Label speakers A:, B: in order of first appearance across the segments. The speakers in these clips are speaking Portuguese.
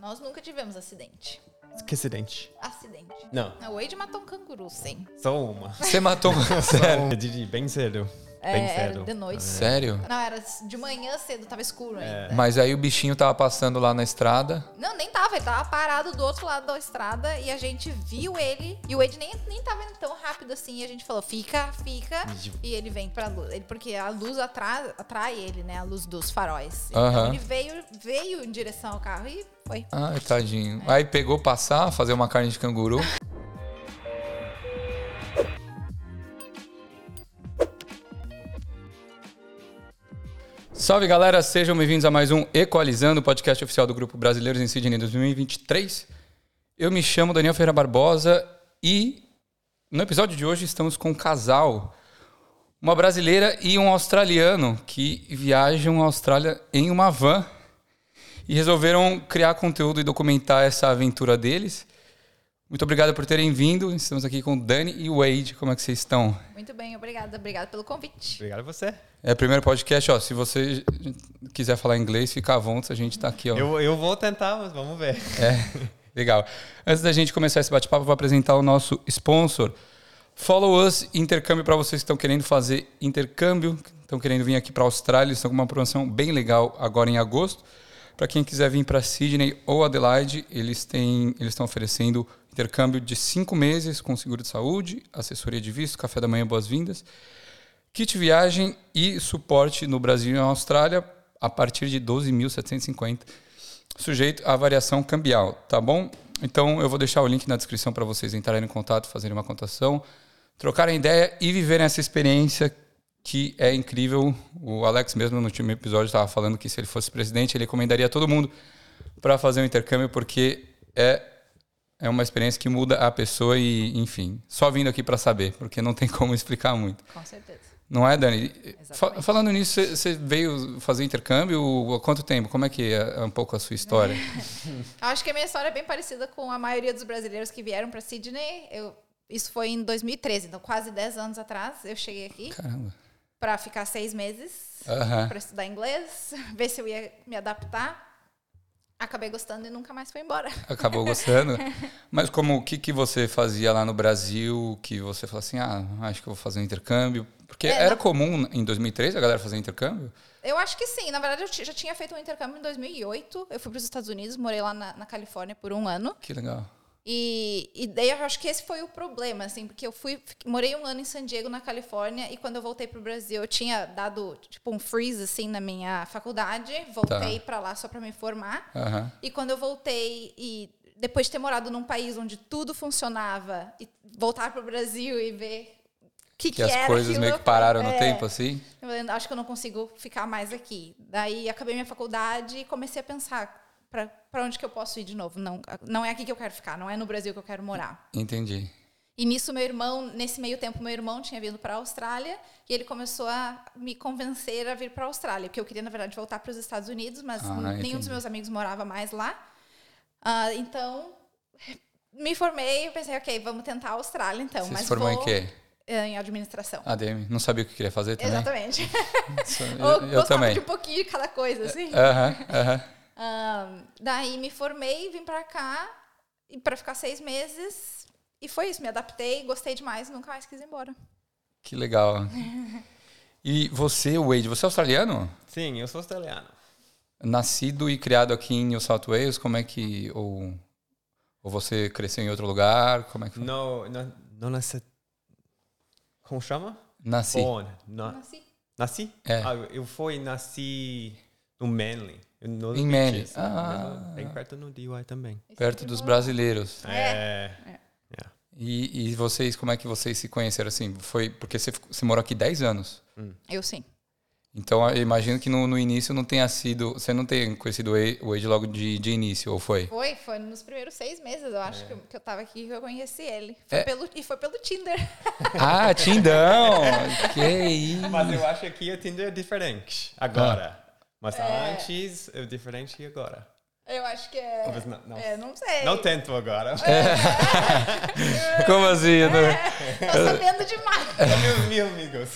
A: Nós nunca tivemos acidente.
B: Que acidente.
A: Acidente.
B: Não,
A: O Wade matou um canguru, sim.
B: só uma.
C: Você matou um. Sério?
B: Eu dirigi bem cedo.
A: É,
B: bem
A: era
B: cedo. É.
A: de noite.
C: Sério?
A: Não, era de manhã cedo, tava escuro ainda.
C: Mas aí o bichinho tava passando lá na estrada.
A: Não, nem tava, ele tava parado do outro lado da estrada e a gente viu ele. E o Wade nem, nem tava indo tão rápido assim. E a gente falou, fica, fica. E ele vem pra luz. Ele, porque a luz atrai, atrai ele, né? A luz dos faróis. Então
C: Aham.
A: ele veio, veio em direção ao carro e foi.
C: Ai, tadinho. Aí pegou passar, fazer uma carne de canguru. Salve galera, sejam bem-vindos a mais um Equalizando, podcast oficial do Grupo Brasileiros em Sydney 2023. Eu me chamo Daniel Ferreira Barbosa e no episódio de hoje estamos com um casal, uma brasileira e um australiano que viajam à Austrália em uma van e resolveram criar conteúdo e documentar essa aventura deles. Muito obrigado por terem vindo. Estamos aqui com o Dani e o Wade. Como é que vocês estão?
A: Muito bem, obrigada. Obrigada pelo convite.
B: Obrigado a você.
C: É o primeiro podcast, ó. Se você quiser falar inglês, fica à vontade, a gente tá aqui, ó.
B: Eu, eu vou tentar, mas vamos ver.
C: Legal. Antes da gente começar esse bate-papo, eu vou apresentar o nosso sponsor. Follow Us Intercâmbio para vocês que estão querendo fazer intercâmbio, que estão querendo vir aqui para a Austrália, estão com uma promoção bem legal agora em agosto. Para quem quiser vir para Sydney ou Adelaide, eles têm, eles estão oferecendo intercâmbio de cinco meses com seguro de saúde, assessoria de visto, café da manhã, boas-vindas, kit viagem e suporte no Brasil e na Austrália a partir de 12.750 sujeito à variação cambial, tá bom? Então eu vou deixar o link na descrição para vocês entrarem em contato, fazerem uma cotação, trocarem ideia e viverem essa experiência que é incrível. O Alex mesmo no último episódio estava falando que se ele fosse presidente, ele recomendaria todo mundo para fazer um intercâmbio porque é é uma experiência que muda a pessoa e, enfim, só vindo aqui para saber, porque não tem como explicar muito.
A: Com certeza.
C: Não é, Dani? Fa-
A: Exatamente.
C: falando nisso, você veio fazer intercâmbio há quanto tempo? Como é que é um pouco a sua história?
A: Eu acho que a minha história é bem parecida com a maioria dos brasileiros que vieram pra Sydney. Eu, isso foi em 2013, então quase 10 anos atrás eu cheguei aqui
C: Caramba.
A: pra ficar seis meses.
C: Aham.
A: para estudar inglês, ver se eu ia me adaptar. Acabei gostando e nunca mais fui embora.
C: Acabou gostando. Mas como o que, que você fazia lá no Brasil que você falou assim, ah, acho que eu vou fazer um intercâmbio? Porque
A: É,
C: era comum em 2003 a galera fazer intercâmbio?
A: Eu acho que sim. Na verdade, eu ti- já tinha feito um intercâmbio em 2008. Eu fui para os Estados Unidos, morei lá na, na Califórnia por um ano.
C: Que legal.
A: E, e daí eu acho que esse foi o problema, assim, porque eu fui, fiquei- morei um ano em San Diego, na Califórnia, e quando eu voltei pro Brasil, eu tinha dado, tipo, um freeze, assim, na minha faculdade. Voltei
C: Tá.
A: pra lá só pra me formar.
C: Aham.
A: E quando eu voltei e depois de ter morado num país onde tudo funcionava e voltar pro Brasil e ver o que,
C: Que as
A: era
C: coisas
A: aquilo,
C: meio
A: eu
C: que pararam
A: falei,
C: no
A: "É,
C: tempo, assim?
A: eu falei, acho que eu não consigo ficar mais aqui. Daí acabei minha faculdade e comecei a pensar pra pra onde que eu posso ir de novo? Não, não é aqui que eu quero ficar, não é no Brasil que eu quero morar.
C: Entendi.
A: E nisso, meu irmão, nesse meio tempo, meu irmão tinha vindo para a Austrália e ele começou a me convencer a vir para a Austrália, porque eu queria, na verdade, voltar para os Estados Unidos, mas
C: Ah,
A: nenhum
C: entendi.
A: dos meus amigos morava mais lá. Ah, então, me formei e pensei, ok, vamos tentar a Austrália então.
C: Você
A: mas
C: se formou
A: vou-
C: em quê?
A: Eh, Em administração.
C: ADM. Não sabia o que queria fazer também?
A: Exatamente.
C: Eu, eu
A: gostava
C: também. É,
A: de um pouquinho de cada coisa, assim.
C: Aham, aham.
A: Ahn, Ah, daí me formei, vim pra cá e para ficar seis meses. E foi isso, me adaptei, gostei demais, nunca mais quis ir embora.
C: Que legal. E você, Wade, você é australiano?
B: Sim, eu sou australiano.
C: Nascido e criado aqui em New South Wales, como é que. Ou, ou você cresceu em outro lugar? Como é que foi?
B: Não, não, não nasci. Como chama?
C: Nasci.
B: Born.
C: Ah,
B: Na,
A: Nasci.
B: nasci?
C: É.
B: Ah, eu fui nasci no Manly. no
C: Em Manly.
B: Beaches,
C: Ah.
B: mesmo Bem perto no DUI também.
C: perto dos brasileiros.
A: É.
B: É. É.
C: E, e vocês, como é que vocês se conheceram assim? Foi porque você, ficou- você morou aqui 10 anos.
A: Eu sim.
C: Então eu imagino que no, no início não tenha sido. Você não tenha conhecido o Wade- o Wade logo de, de início, ou foi?
A: Foi, foi nos primeiros seis meses, eu acho, que, eu, que eu tava aqui que eu conheci ele. Foi
C: É.
A: pelo, e foi pelo Tinder.
C: Ah, Tindão! que isso!
B: Mas eu acho que o Tinder é diferente agora.
C: Ah.
B: Mas antes é diferente que agora.
A: Eu acho que é.
B: Talvez não- não.
A: É, não sei. É,
B: Não tento agora.
C: Como assim? Eu não-
A: Tô sabendo demais.
B: Meus meus amigos.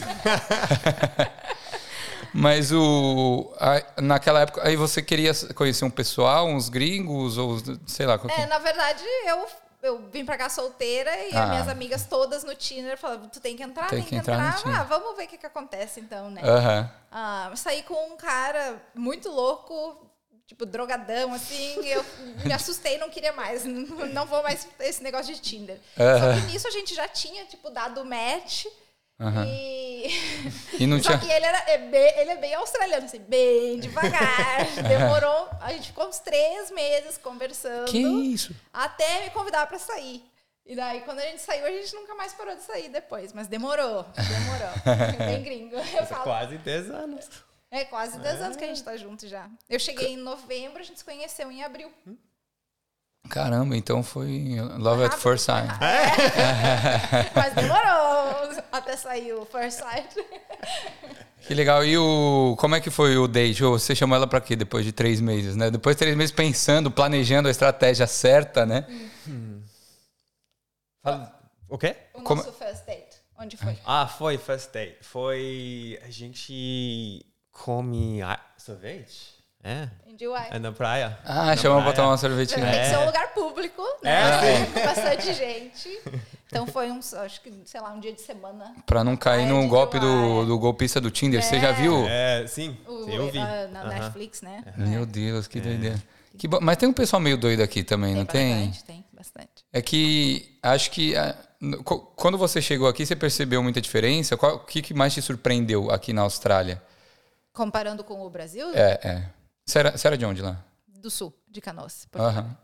C: Mas o. a- naquela época, aí você queria conhecer um pessoal, uns gringos, ou os- sei lá. qual que-
A: É, na verdade, eu, eu vim pra cá solteira e
C: Ah.
A: as minhas amigas todas no Tinder falavam, tu tem que entrar,
C: Tem
A: tem,
C: que
A: que
C: entrar no
A: entrar.
C: Tinder.
A: Ah, vamos ver o que, que acontece então, né?
C: Aham.
A: Ah, saí com um cara muito louco, tipo, drogadão, assim, eu me assustei, não queria mais, não vou mais esse negócio de Tinder. Só que nisso a gente já tinha, tipo, dado match
C: Aham.
A: e...
C: E não
A: Só
C: tinha.
A: que ele, era, é bem, ele é bem australiano, assim, bem devagar. Demorou. A gente ficou uns três meses conversando
C: Que isso?
A: até me convidar pra sair. E daí, quando a gente saiu, a gente nunca mais parou de sair depois. Mas demorou, demorou. Bem gringo. Eu falo.
B: é Quase 10 anos.
A: É quase 10 anos que a gente tá junto já. Eu cheguei em novembro, a gente se conheceu em abril.
C: Caramba, então foi Love at
A: Rápido,
C: First Time.
A: Mas demorou até sair o first sight.
C: Que legal. E o. Como é que foi o date? Ou Você chamou ela pra quê depois de três meses, né? Depois de três meses pensando, planejando a estratégia certa, né?
B: Fala- O quê?
A: O
C: Como-
A: nosso first date. Onde foi?
B: Ah, foi first date. Foi. A gente come a- sorvete? É.
A: Em DIY.
B: É na praia.
C: Ah, chamou pra
B: praia.
C: tomar uma
A: Tem
C: sorvetinha.
A: que ser um lugar público, né?
B: É,
A: Com bastante gente. Então foi um, acho que, sei lá, um dia de semana.
C: Pra não cair
A: Ah,
C: num
A: de
C: golpe
A: zoar,
C: do,
A: é.
C: do golpista do Tinder. Você já viu?
B: É, sim.
A: O-
B: eu vi.
A: Na, na
B: Aham.
A: Netflix, né?
C: Meu Deus,
B: É.
C: que doideira. Que bo- Mas tem um pessoal meio doido aqui também, não tem?
A: bastante, tem bastante.
C: É que acho que ah, no- co- quando você chegou aqui, você percebeu muita diferença? Qual- O que, que mais te surpreendeu aqui na Austrália?
A: Comparando com o Brasil,
C: É, é. Você era, você era de onde lá?
A: do sul, de Canoas. por-
C: Aham.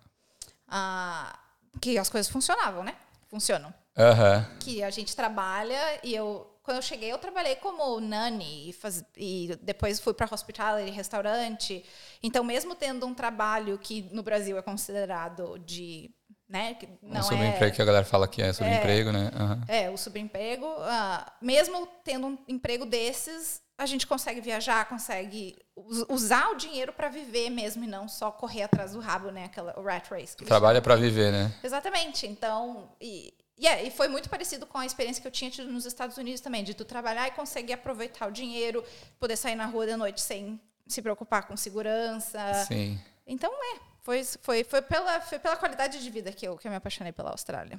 A: Ah, que as coisas funcionavam, né? Funcionam.
C: Aham.
A: Que a gente trabalha e eu... Quando eu cheguei, eu trabalhei como nanny e, faz- e depois fui para hospitality, restaurante. Então, mesmo tendo um trabalho que no Brasil é considerado de... Né? que
C: Um
A: não
C: subemprego
A: é,
C: que a galera fala que é subemprego, né? Aham.
A: É, o subemprego. ah, mesmo tendo um emprego desses, a gente consegue viajar, consegue us- usar o dinheiro para viver mesmo e não só correr atrás do rabo, né? Aquela o rat race. que eles
C: Trabalha pra viver, né?
A: chamam. Exatamente. Então, e, e é, e foi muito parecido com a experiência que eu tinha tido nos Estados Unidos também, de tu trabalhar e conseguir aproveitar o dinheiro, poder sair na rua de noite sem se preocupar com segurança.
C: Sim.
A: Então, é. Foi, foi, foi, pela, foi pela qualidade de vida que eu, que eu me apaixonei pela Austrália.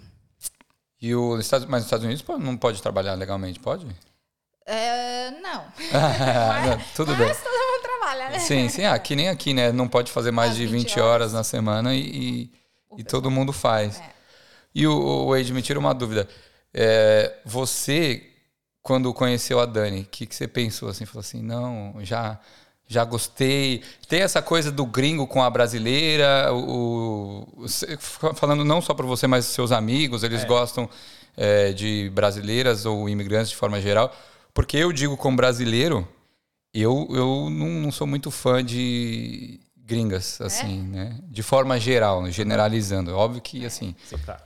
C: E o Estados, mas os Estados Unidos pô, não pode trabalhar legalmente, pode?
A: É, não. é?
C: Não, tudo bem.
A: Mas todo mundo trabalha, né?
C: Sim, sim. Ah, que nem aqui, né? Não pode fazer mais
A: Às
C: de 20
A: 20
C: horas. na semana e, e, e todo mundo faz.
A: É.
C: E o, o Wade, me tira uma dúvida. É, você, quando conheceu a Dani, o que, que você pensou assim? Falou assim, não, já, já gostei. Tem essa coisa do gringo com a brasileira, o, o- se- fa- falando não só para você, mas seus amigos, eles gostam é, de brasileiras ou imigrantes de forma geral. Porque eu digo como brasileiro, eu, eu não, não sou muito fã de
A: É?
C: gringas, assim, né? De forma geral, generalizando. Óbvio que, assim,
B: Sim, tá.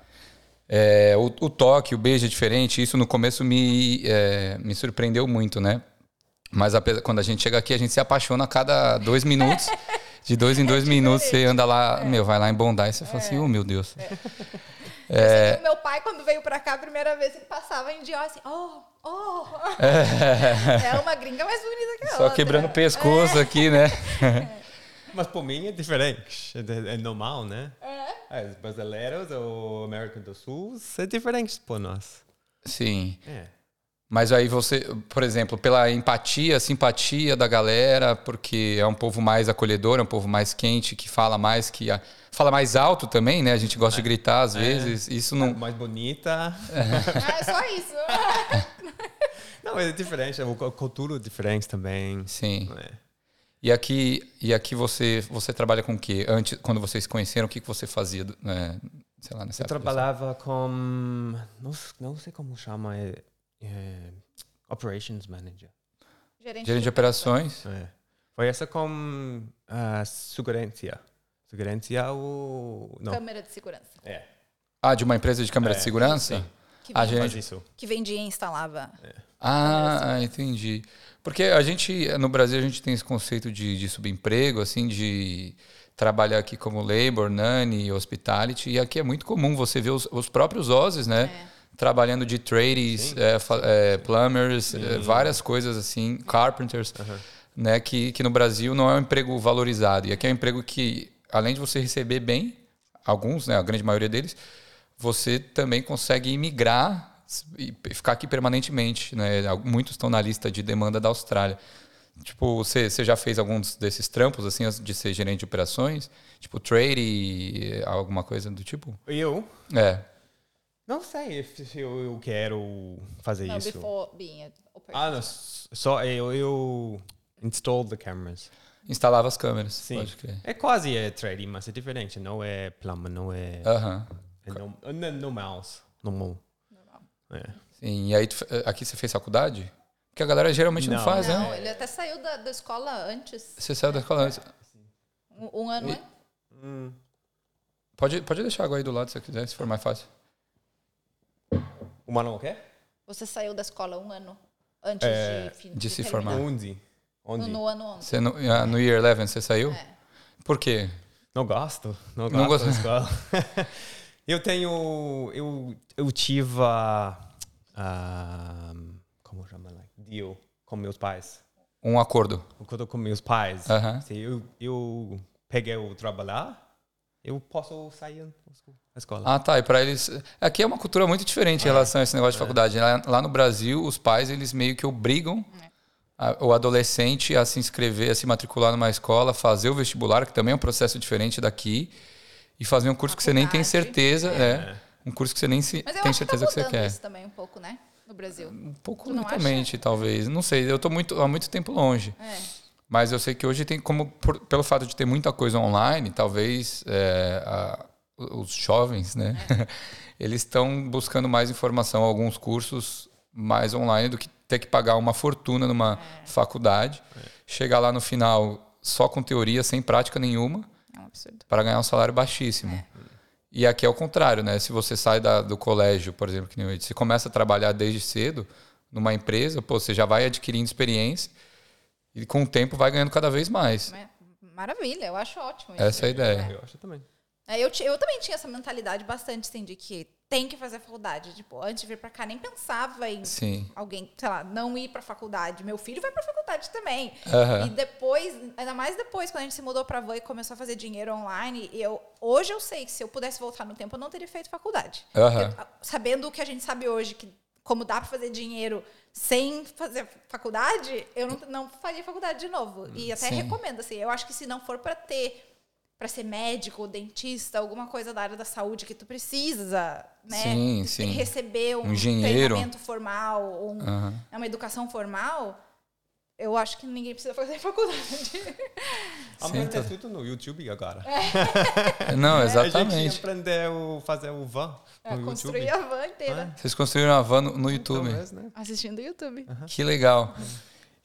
C: é, o, o toque, o beijo é diferente. Isso no começo me, é, me surpreendeu muito, né? Mas apesar- quando a gente chega aqui, a gente se apaixona a cada dois minutos. De dois em
A: É
C: dois minutos, você anda lá, meu, vai lá em Bondi e você fala assim, oh meu Deus.
A: Eu
C: É.
A: sei que o meu pai, quando veio pra cá a primeira vez, ele passava em dia assim, oh, oh. É, uma gringa mais bonita que a
C: Só
A: outra. É.
C: quebrando o pescoço aqui, né?
B: Mas por mim é diferente. É, é normal, né? É. Os brasileiros ou América do Sul é diferente por nós.
C: Sim.
B: É.
C: Mas aí você, por exemplo, pela empatia, simpatia da galera, porque é um povo mais acolhedor, é um povo mais quente, que fala mais, que a- fala mais alto também, né? A gente gosta de gritar às vezes. Isso não.
B: É Mais bonita.
A: Ah, é só isso.
B: Não, é diferente. A cultura é diferente também.
C: Sim.
B: É.
C: E aqui, e aqui você, você trabalha com o quê? Antes, quando vocês se conheceram, o que que você fazia? do- né? sei lá, nessa
B: Eu
C: época?
B: trabalhava com. Não, s- não sei como chama. É, é, operations Manager.
A: Gerente,
C: assim. Gerente de operações.
B: É. Foi essa com. Uh, segurança. Segurança ou. Não.
A: Câmera de segurança.
B: É.
C: Ah, de uma empresa de câmera de segurança?
A: Que,
C: Ah,
A: ven-
C: gerente
B: Faz isso.
A: que vendia e instalava.
C: É Ah, entendi. Porque a gente, no Brasil, a gente tem esse conceito de, de subemprego, assim, de trabalhar aqui como labor, nanny, hospitality, e aqui é muito comum você ver os, os próprios Ozes, né? Trabalhando de tradies, é, fa- é, plumbers, é, várias coisas assim, carpenters. né? Que, que no Brasil não é um emprego valorizado. E aqui é um emprego que, além de você receber bem, alguns, né? A grande maioria deles, você também consegue imigrar e ficar aqui permanentemente, né? Muitos estão na lista de demanda da Austrália. Tipo, você, você já fez alguns desses trampos, assim, de ser gerente de operações? Tipo, trade, eh, alguma coisa do tipo?
B: Eu
C: É.
B: não sei se eu, eu quero fazer
A: Não,
B: isso.
A: before being a operator.
B: Ah, não, s- só eu, eu installed the cameras.
C: Instalava as câmeras.
B: Sim.
C: Pode crer.
B: É quase é trading, mas é diferente. Não é plama, não é,
C: Aham.
B: é no, não é no mouse. Normal. É.
C: Sim. E aí, tu fe- aqui você fez faculdade? Porque a galera geralmente não,
B: Não.
C: faz,
A: Não, é.
C: né?
A: ele até saiu da, da escola antes.
C: Você saiu da escola antes.
A: Um, um ano
C: E-
A: antes.
B: Hum.
C: Pode, pode deixar agora aí do lado se você quiser, se for mais fácil.
B: O manual quer?
A: Você saiu da escola um ano antes de, fin-
C: É, de se
A: terminar.
C: formar.
B: 11.
A: No,
B: 11.
A: no ano 11.
C: Você não- ah, no Year 11 você saiu?
A: É.
C: Por quê?
B: Não gosto. Não gosto,
C: Não
B: da escola. eu tenho. Eu, eu tive. ah, ah, como chama? Like, deal com meus pais.
C: Um acordo.
B: Quando com meus pais.
C: Aham.
B: Se eu, eu peguei o trabalhar, eu posso sair da escola.
C: Ah, tá. E pra eles. Aqui é uma cultura muito diferente em relação a esse negócio de faculdade. Lá, lá no Brasil, os pais, eles meio que obrigam a- o adolescente a se inscrever, a se matricular numa escola, fazer o vestibular, que também é um processo diferente daqui, e fazer um curso que você nem tem
A: Faculdade.
C: certeza. É. Um curso que você nem se,
A: Mas eu
C: tem
A: acho que tá
C: certeza que você
A: mudando
C: quer.
A: isso também um pouco, né? No Brasil.
C: Um pouco
A: Tu não acha?
C: lentamente, talvez. Não sei. Eu tô muito, há muito tempo longe.
A: É.
C: Mas eu sei que hoje tem como, por- pelo fato de ter muita coisa online, talvez é, a- os jovens, né? Eles estão buscando mais informação, alguns cursos mais online do que ter que pagar uma fortuna numa faculdade, chegar lá no final só com teoria, sem prática nenhuma,
A: É um absurdo.
C: para ganhar um salário baixíssimo. E aqui é o contrário, né? Se você sai da- do colégio, por exemplo, que nem eu disse, você começa a trabalhar desde cedo numa empresa, pô, você já vai adquirindo experiência e com o tempo vai ganhando cada vez mais.
A: Mas- Maravilha, eu acho ótimo isso.
C: Essa é a ideia.
B: Eu acho também.
A: É, eu, ti- eu também tinha essa mentalidade bastante, assim, de que tem que fazer faculdade. Tipo, antes de vir pra cá, nem pensava em
C: Sim.
A: alguém, sei lá, não ir pra faculdade. Meu filho vai pra faculdade também.
C: Aham.
A: E depois, ainda mais depois, quando a gente se mudou pra van e começou a fazer dinheiro online, eu hoje eu sei que se eu pudesse voltar no tempo, eu não teria feito faculdade.
C: Aham.
A: Porque, ah, Sabendo o que a gente sabe hoje, que como dá pra fazer dinheiro sem fazer faculdade, eu não, não faria faculdade de novo. E até
C: Hum, Sim.
A: recomendo, assim, eu acho que se não for pra ter para ser médico, dentista, alguma coisa da área da saúde que tu precisa, né?
C: Sim,
A: Tem
C: sim.
A: que Receber um,
C: Um engenheiro.
A: treinamento formal, ou um-
C: Aham.
A: uma educação formal, eu acho que ninguém precisa fazer faculdade.
C: então.
B: Aprender tudo no YouTube agora.
A: É.
C: Não,
B: A gente
C: exatamente.
B: aprendeu a fazer o van
A: É,
B: no
A: construir
B: YouTube.
A: a van inteira
C: Vocês construíram a van no, no YouTube.
B: Talvez, né?
A: assistindo o YouTube.
C: Que legal.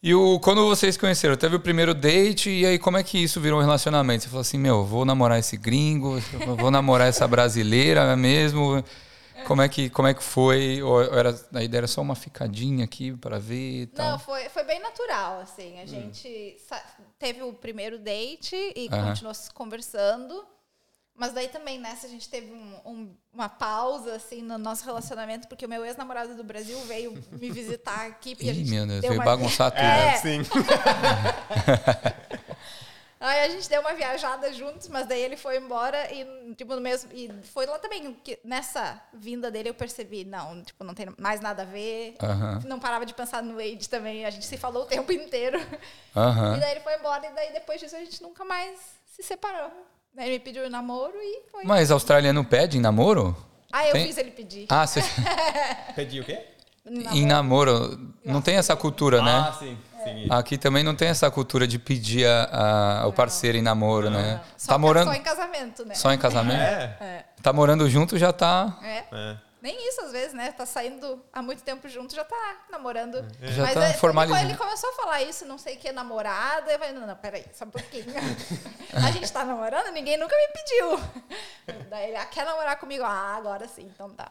C: E o, quando vocês conheceram, teve o primeiro date, e aí como é que isso virou um relacionamento? Você falou assim, meu, vou namorar esse gringo, vou namorar essa brasileira é mesmo. Como é que, como é que foi? Ou era, a ideia era só uma ficadinha aqui para ver e
A: Não,
C: tal?
A: foi, foi bem natural, assim. A
C: Hum.
A: gente sa- teve o primeiro date e
C: Aham.
A: continuou se conversando. Mas daí também nessa a gente teve um- um- uma pausa, assim, no nosso relacionamento, porque o meu ex-namorado do Brasil veio me visitar aqui. Porque a
C: Ih,
A: gente
C: meu Deus,
A: deu
C: veio
A: uma...
C: bagunçar tudo.
A: É.
B: Sim.
A: Aí a gente deu uma viajada juntos, mas daí ele foi embora e, tipo, no mesmo. E foi lá também que nessa vinda dele eu percebi, não, tipo, não tem mais nada a ver.
C: Aham,
A: Não parava de pensar no Wade também, a gente se falou o tempo inteiro. E
C: aham.
A: daí ele foi embora, e daí depois disso a gente nunca mais se separou. Daí ele me pediu em namoro e foi.
C: Mas australiano pede em namoro?
A: ah, eu
C: tem-
A: fiz ele pedir.
C: Ah, você...
B: Pedi o quê?
A: Namoro.
C: em namoro. Não tem essa cultura, né?
B: Ah, sim. sim.
C: Aqui também não tem essa cultura de pedir a, a- o parceiro em namoro, né?
A: Só,
C: Tá
A: ca-
C: morando
A: só em casamento, né?
C: só em casamento?
B: É.
C: Tá morando junto, já tá.
A: É.
B: é.
A: Nem isso, às vezes, né? Tá saindo há muito tempo junto, já tá namorando.
C: Já tá
A: aí,
C: formalizando.
A: Ele começou a falar isso, não sei o que, namorada. Eu falei, não, não, peraí, só um pouquinho. a gente tá namorando, ninguém nunca me pediu. Daí ele, ah, quer namorar comigo? Ah, agora sim, então tá.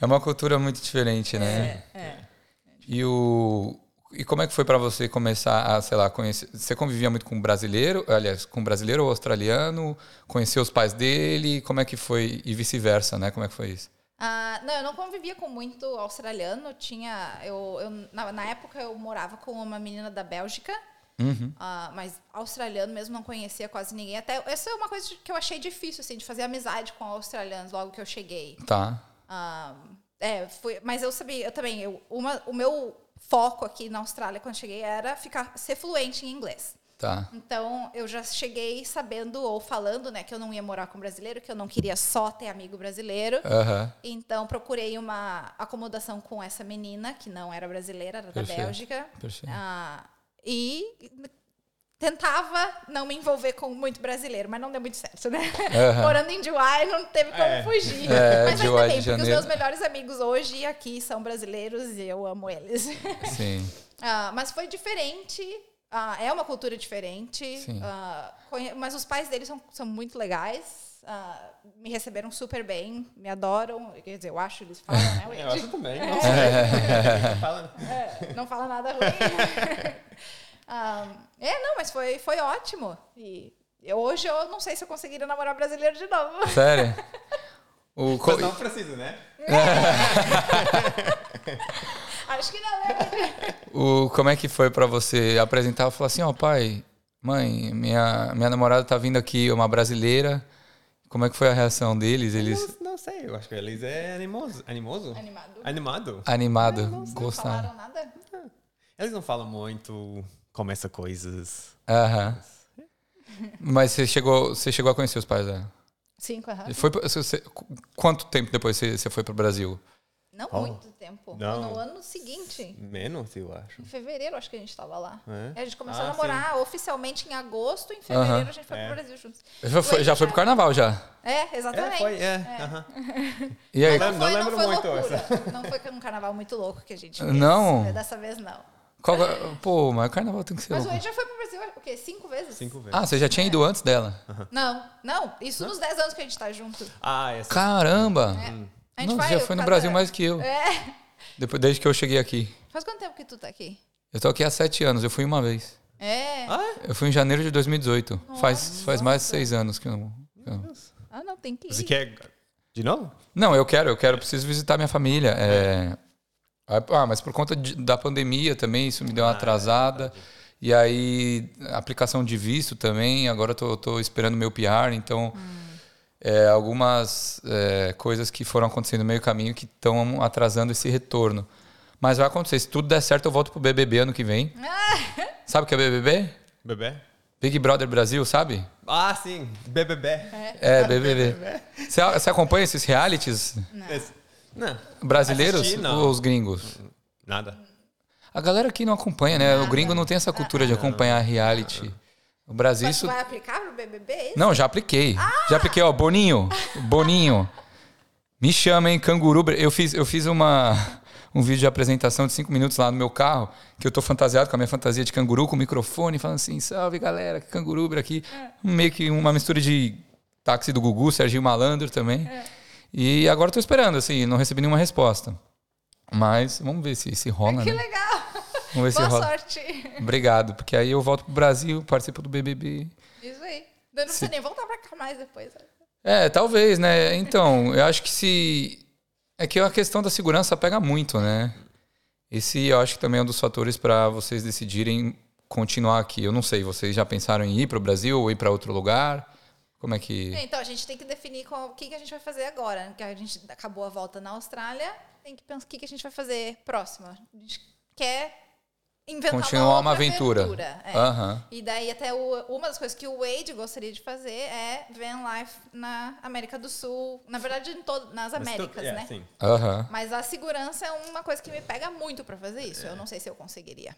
C: É uma cultura muito diferente, né?
B: É,
C: E o. E como é que foi pra você começar a, sei lá, conhecer. Você convivia muito com brasileiro, aliás, com brasileiro ou australiano, conhecer os pais dele, como é que foi? E vice-versa, né? Como é que foi isso?
A: Ah, não, eu não convivia com muito australiano. Tinha. Eu, eu, na, na época eu morava com uma menina da Bélgica. Ah, mas australiano mesmo não conhecia quase ninguém. Até essa é uma coisa que eu achei difícil, assim, de fazer amizade com australianos logo que eu cheguei.
C: Tá.
A: Ah, é, fui, mas eu sabia, eu também, eu, uma, o meu foco aqui na Austrália quando cheguei era ficar ser fluente em inglês.
C: Tá.
A: Então eu já cheguei sabendo ou falando, né, que eu não ia morar com brasileiro, que eu não queria só ter amigo brasileiro.
C: Aham.
A: Então procurei uma acomodação com essa menina que não era brasileira, era
C: Perfeito.
A: da Bélgica.
C: Perfeito.
A: Ah, e tentava não me envolver com muito brasileiro, mas não deu muito certo, né?
C: Aham.
A: Morando em Dubai, não teve como
B: É.
A: fugir.
C: É,
A: mas ainda
C: Dubai de
A: bem, porque os
C: janeiro.
A: meus melhores amigos hoje aqui são brasileiros e eu amo eles.
C: Sim.
A: Ah, mas foi diferente. ah, é uma cultura diferente.
C: Sim.
A: ah, conhe- mas os pais deles são, são muito legais. ah, me receberam super bem, me adoram. Quer dizer, eu acho eles falam, né,
B: É, Eu
A: Wendy?
B: acho também. Não sei. Fala-
A: É, não fala nada ruim. Ah, é, não, mas foi, foi ótimo. E eu- hoje eu não sei se eu conseguiria namorar brasileiro de novo.
C: Sério? O co-
B: Mas não precisa, né?
A: Acho que não, né?
C: O, como é que foi pra você apresentar? Falar assim, ó, pai, mãe, minha, minha namorada tá vindo aqui, uma brasileira. Como é que foi a reação deles? Eles
B: Não, não sei, eu acho que eles é animoso. Animoso?
A: Animado.
B: Animado.
C: animado,
A: Não
C: gostaram.
A: falaram nada?
B: Eles não falam muito, começa coisas.
C: Aham. Mas você chegou, você chegou a conhecer os pais dela?
A: Cinco, aham.
C: Foi, pra- você- você- qu- quanto tempo depois você, você foi pro Brasil?
A: Não
B: Oh.
A: muito tempo.
B: Não.
A: No ano seguinte.
B: Menos, eu acho.
A: Em fevereiro, acho que a gente tava lá.
B: É?
A: A gente começou
B: Ah,
A: a namorar oficialmente em agosto, em fevereiro
C: Aham.
A: a gente foi
B: É.
A: pro Brasil juntos.
C: Já foi, já foi pro carnaval já.
A: É,
B: É,
A: exatamente.
B: foi, é. aham.
C: E aí,
B: Não
A: Foi, não
B: lembro
A: foi
B: muito
A: loucura. Não foi um carnaval muito louco que a gente fez.
C: Não?
A: É, Dessa vez não.
C: qual, é, pô, mas carnaval tem que ser
A: Mas o
C: louco.
A: Ed já foi pro Brasil, o quê? Cinco vezes?
B: Cinco vezes.
C: Ah, você já tinha ido antes dela?
A: É. Não, não. Isso nos 10 anos que a gente tá junto.
B: Ah, essa.
C: Caramba!
A: É, A gente
C: Não,
A: vai
C: você já foi no
A: cada-
C: Brasil mais que eu.
A: É.
C: Depois, desde que eu cheguei aqui.
A: Faz quanto tempo que tu tá aqui?
C: Eu tô aqui há sete anos, eu fui uma vez.
A: É.
B: Ah,
C: Eu fui em janeiro de 2018. Faz, faz mais de seis anos que eu não. que eu-
A: Ah, não, tem que ir.
B: Você quer é de novo?
C: Não, eu quero, eu quero, preciso visitar minha família. é. Ah, mas por conta de- da pandemia também, isso me deu uma atrasada. E aí, aplicação de visto também, agora eu tô, tô esperando meu PR, então. é, algumas é, coisas que foram acontecendo no meio caminho que estão atrasando esse retorno. Mas vai acontecer. Se tudo der certo, eu volto pro BBB ano que vem. Sabe o que é BBB?
B: Bebê?
C: Big Brother Brasil, sabe?
B: Ah, sim. Bebê.
C: É, BBB. Você você acompanha esses realities
B: Esse- Não.
C: brasileiros
B: Assisti, não.
C: ou os gringos?
B: Nada.
C: A galera aqui não acompanha, né? O gringo não tem essa cultura de acompanhar reality. O Brasil,
A: Mas tu
C: isso.
A: vai aplicar pro BBB?
C: Não, já apliquei. Já apliquei, ó, Boninho. Boninho. Me chama, hein, canguru. bra- Eu fiz, eu fiz uma, um vídeo de apresentação de cinco minutos lá no meu carro, que eu tô fantasiado com a minha fantasia de canguru, com o microfone, falando assim: salve galera, que canguru bra aqui.
A: É.
C: Um Meio que uma mistura de táxi do Gugu, Serginho Malandro também.
A: É.
C: E agora eu tô esperando, assim, não recebi nenhuma resposta. Mas vamos ver se, se rola,
A: É Que
C: né?
A: legal.
C: Vamos ver se
A: Boa
C: rola.
A: sorte.
C: Obrigado, porque aí eu volto pro Brasil, participo do BBB.
A: Isso aí. Eu não precisa nem voltar pra cá mais depois.
C: É, talvez, né? Então, eu acho que se. É que a questão da segurança pega muito, né? Esse eu acho que também é um dos fatores para vocês decidirem continuar aqui. Eu não sei, vocês já pensaram em ir para o Brasil ou ir para outro lugar? Como é que.
A: É, Então, a gente tem que definir qual- o que, que a gente vai fazer agora. né? Que a gente acabou a volta na Austrália, tem que pensar o que, que a gente vai fazer próximo. A gente quer inventar
C: Continuar uma
A: é outra
C: aventura.
A: é.
C: Aham.
A: E daí, até o- uma das coisas que o Wade gostaria de fazer é van life na América do Sul. Na verdade, em todo- nas
B: Mas tu-
A: Américas,
B: é,
A: né?
B: Sim.
C: Aham.
A: Mas a segurança é uma coisa que me pega muito pra fazer isso. Eu não sei se eu conseguiria.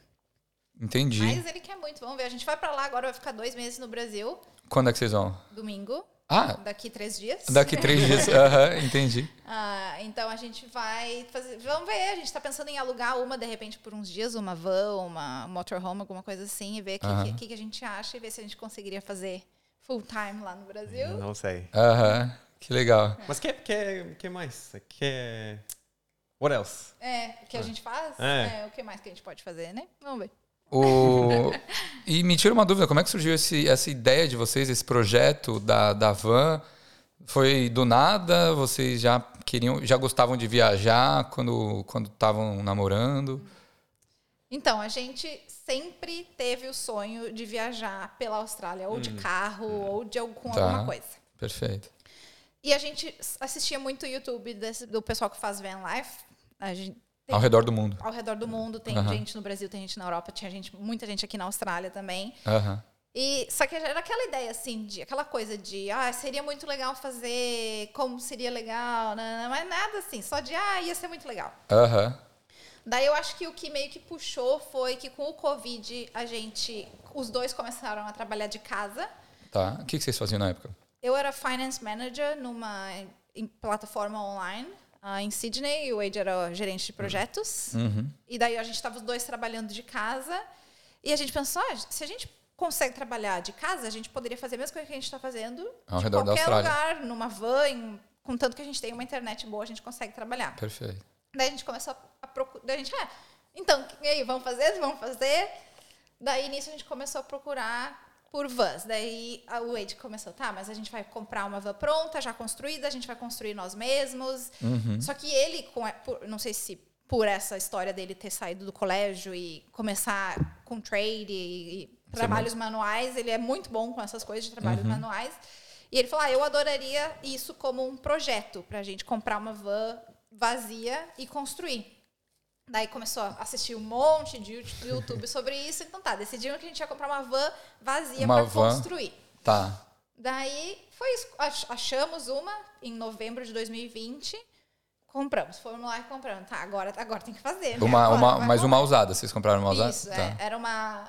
C: Entendi.
A: Mas ele quer muito. Vamos ver. A gente vai pra lá agora, vai ficar dois meses no Brasil,
C: Quando é que vocês vão?
A: domingo,
C: Ah,
A: daqui três dias.
C: daqui três dias. Aham, entendi.
A: Ah, então a gente vai fazer. Vamos ver, a gente tá pensando em alugar uma de repente por uns dias, uma van, uma motorhome, alguma coisa assim, e ver o que,
C: Aham.
A: que- que a gente acha e ver se a gente conseguiria fazer full time lá no
C: Uhum.
A: Brasil.
B: Não sei.
C: Aham. Que legal.
B: Mas que, que, que mais? Que... What else?
A: É, o
C: Ah.
A: que a gente faz?
B: É.
A: É, o que mais que a gente pode fazer, né? Vamos ver.
C: O... E me tira uma dúvida, como é que surgiu esse- essa ideia de vocês, esse projeto da, da van? Foi do nada? Vocês já queriam, já gostavam de viajar quando quando estavam namorando.
A: Então, a gente sempre teve o sonho de viajar pela Austrália, ou de carro, ou de algum, com
C: Hum. Tá.
A: alguma coisa.
C: Perfeito.
A: E a gente s- assistia muito o YouTube desse- do pessoal que faz van life. A gente,
C: Ao redor do mundo.
A: ao redor do mundo, tem
C: Aham.
A: gente no Brasil, tem gente na Europa, tinha gente, muita gente aqui na Austrália também.
C: Aham.
A: E só que era aquela ideia assim, de aquela coisa de, ah, seria muito legal fazer, como seria legal, nanana, mas nada assim, só de, ah, ia ser muito legal.
C: Aham.
A: Daí eu acho que o que meio que puxou foi que com o Covid a gente, os dois começaram a trabalhar de casa.
C: Tá. O que que vocês faziam na época?
A: Eu era finance manager numa em plataforma online ah, em Sydney e o Wade era o gerente de projetos.
C: Uhum.
A: E daí a gente estava os dois trabalhando de casa e a gente pensou, ah, se a gente consegue trabalhar de casa, a gente poderia fazer a mesma coisa que a gente está fazendo
C: Ao
A: de
C: redor da
A: qualquer
C: Austrália.
A: lugar, numa van, em- contanto que a gente tem uma internet boa, a gente consegue trabalhar.
C: Perfeito.
A: Daí a gente começou a procurar. Daí a gente, ah, então, e aí, vamos fazer? Vamos fazer? Daí nisso a gente começou a procurar por vans. Daí a Wade começou, tá, mas a gente vai comprar uma van pronta, já construída, a gente vai construir nós mesmos. Só que ele, com a- por- não sei se por essa história dele ter saído do colégio e começar com trade e, e trabalhos manuais, ele é muito bom com essas coisas de trabalhos
C: Uhum.
A: manuais. E ele falou: ah, eu adoraria isso como um projeto pra gente comprar uma van vazia e construir. Daí começou a assistir um monte de you- de YouTube sobre isso. Então tá, decidimos que a gente ia comprar uma van vazia
C: Uma
A: para
C: van.
A: construir.
C: Tá.
A: Daí foi isso. Ach- Achamos uma em novembro de 2020. Compramos, fomos lá e compramos. Tá, agora, agora tem que fazer. né?
C: Uma,
A: Agora
C: uma,
A: vai
C: mais
A: comprar.
C: uma usada. Vocês compraram uma usada?
A: Isso,
C: tá.
A: é. Era uma.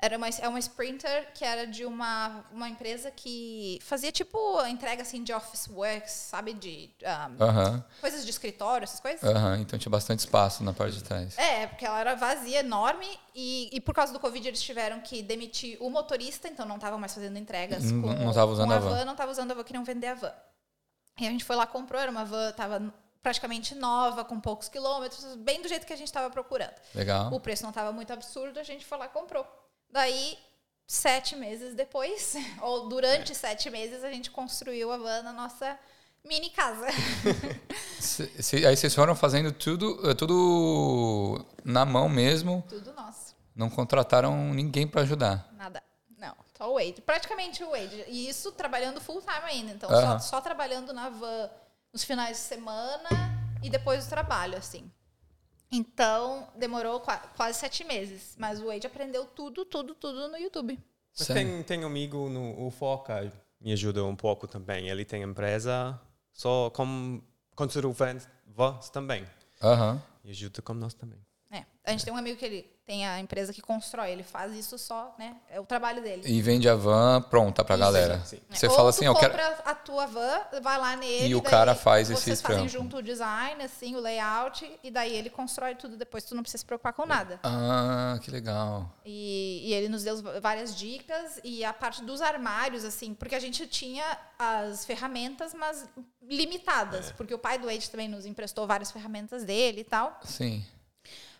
A: Era uma, é uma Sprinter que era de uma, uma empresa que fazia tipo entrega assim de office works, sabe? De ah,
C: Aham.
A: coisas de escritório, essas coisas.
C: Aham. Então tinha bastante espaço na parte de trás.
A: É, porque ela era vazia, enorme, e, e por causa do Covid eles tiveram que demitir o motorista, então não estavam mais fazendo entregas
C: Não-
A: com,
C: não tava usando
A: com
C: a van.
A: Não estava usando a van, queriam vender a van. E a gente foi lá, comprou, era uma van, tava praticamente nova, com poucos quilômetros, bem do jeito que a gente estava procurando.
C: Legal.
A: O preço não estava muito absurdo, a gente foi lá e comprou. Daí, sete meses depois, ou durante sete meses, a gente construiu a van na nossa mini casa.
C: Cê- cê- aí vocês foram fazendo tudo, eh, tudo na mão mesmo.
A: Tudo nosso.
C: Não contrataram ninguém pra ajudar.
A: Nada. Não, só o Wade. Praticamente o Wade. E isso trabalhando full time ainda. Então,
C: Aham.
A: só, só trabalhando na van nos finais de semana e depois do trabalho, assim. Então, demorou qua- quase sete meses. Mas o Wade aprendeu tudo, tudo, tudo no YouTube.
B: Mas
C: Sério?
B: tem, tem um amigo no o Foca, me ajuda um pouco também. Ele tem empresa só com construir vans vans também.
C: Aham.
B: E ajuda como nós também.
A: É. A gente tem um amigo que ele tem a empresa que constrói, ele faz isso só, né? É o trabalho dele. É,
C: E vende a van pronta pra
B: Isso,
C: galera.
B: sim.
C: Você
A: Ou
C: fala
A: tu
C: assim, ó, eu quero.
A: compra a tua van, vai lá nele.
C: E o
A: daí
C: cara faz esses
A: Vocês fazem
C: trampos.
A: junto o design, assim, o layout, e daí ele constrói tudo depois, tu não precisa se preocupar com nada.
C: Ah, que legal.
A: E, e ele nos deu várias dicas e a parte dos armários, assim, porque a gente tinha as ferramentas, mas
C: É.
A: limitadas, porque o pai do Wade também nos emprestou várias ferramentas dele e tal.
C: Sim.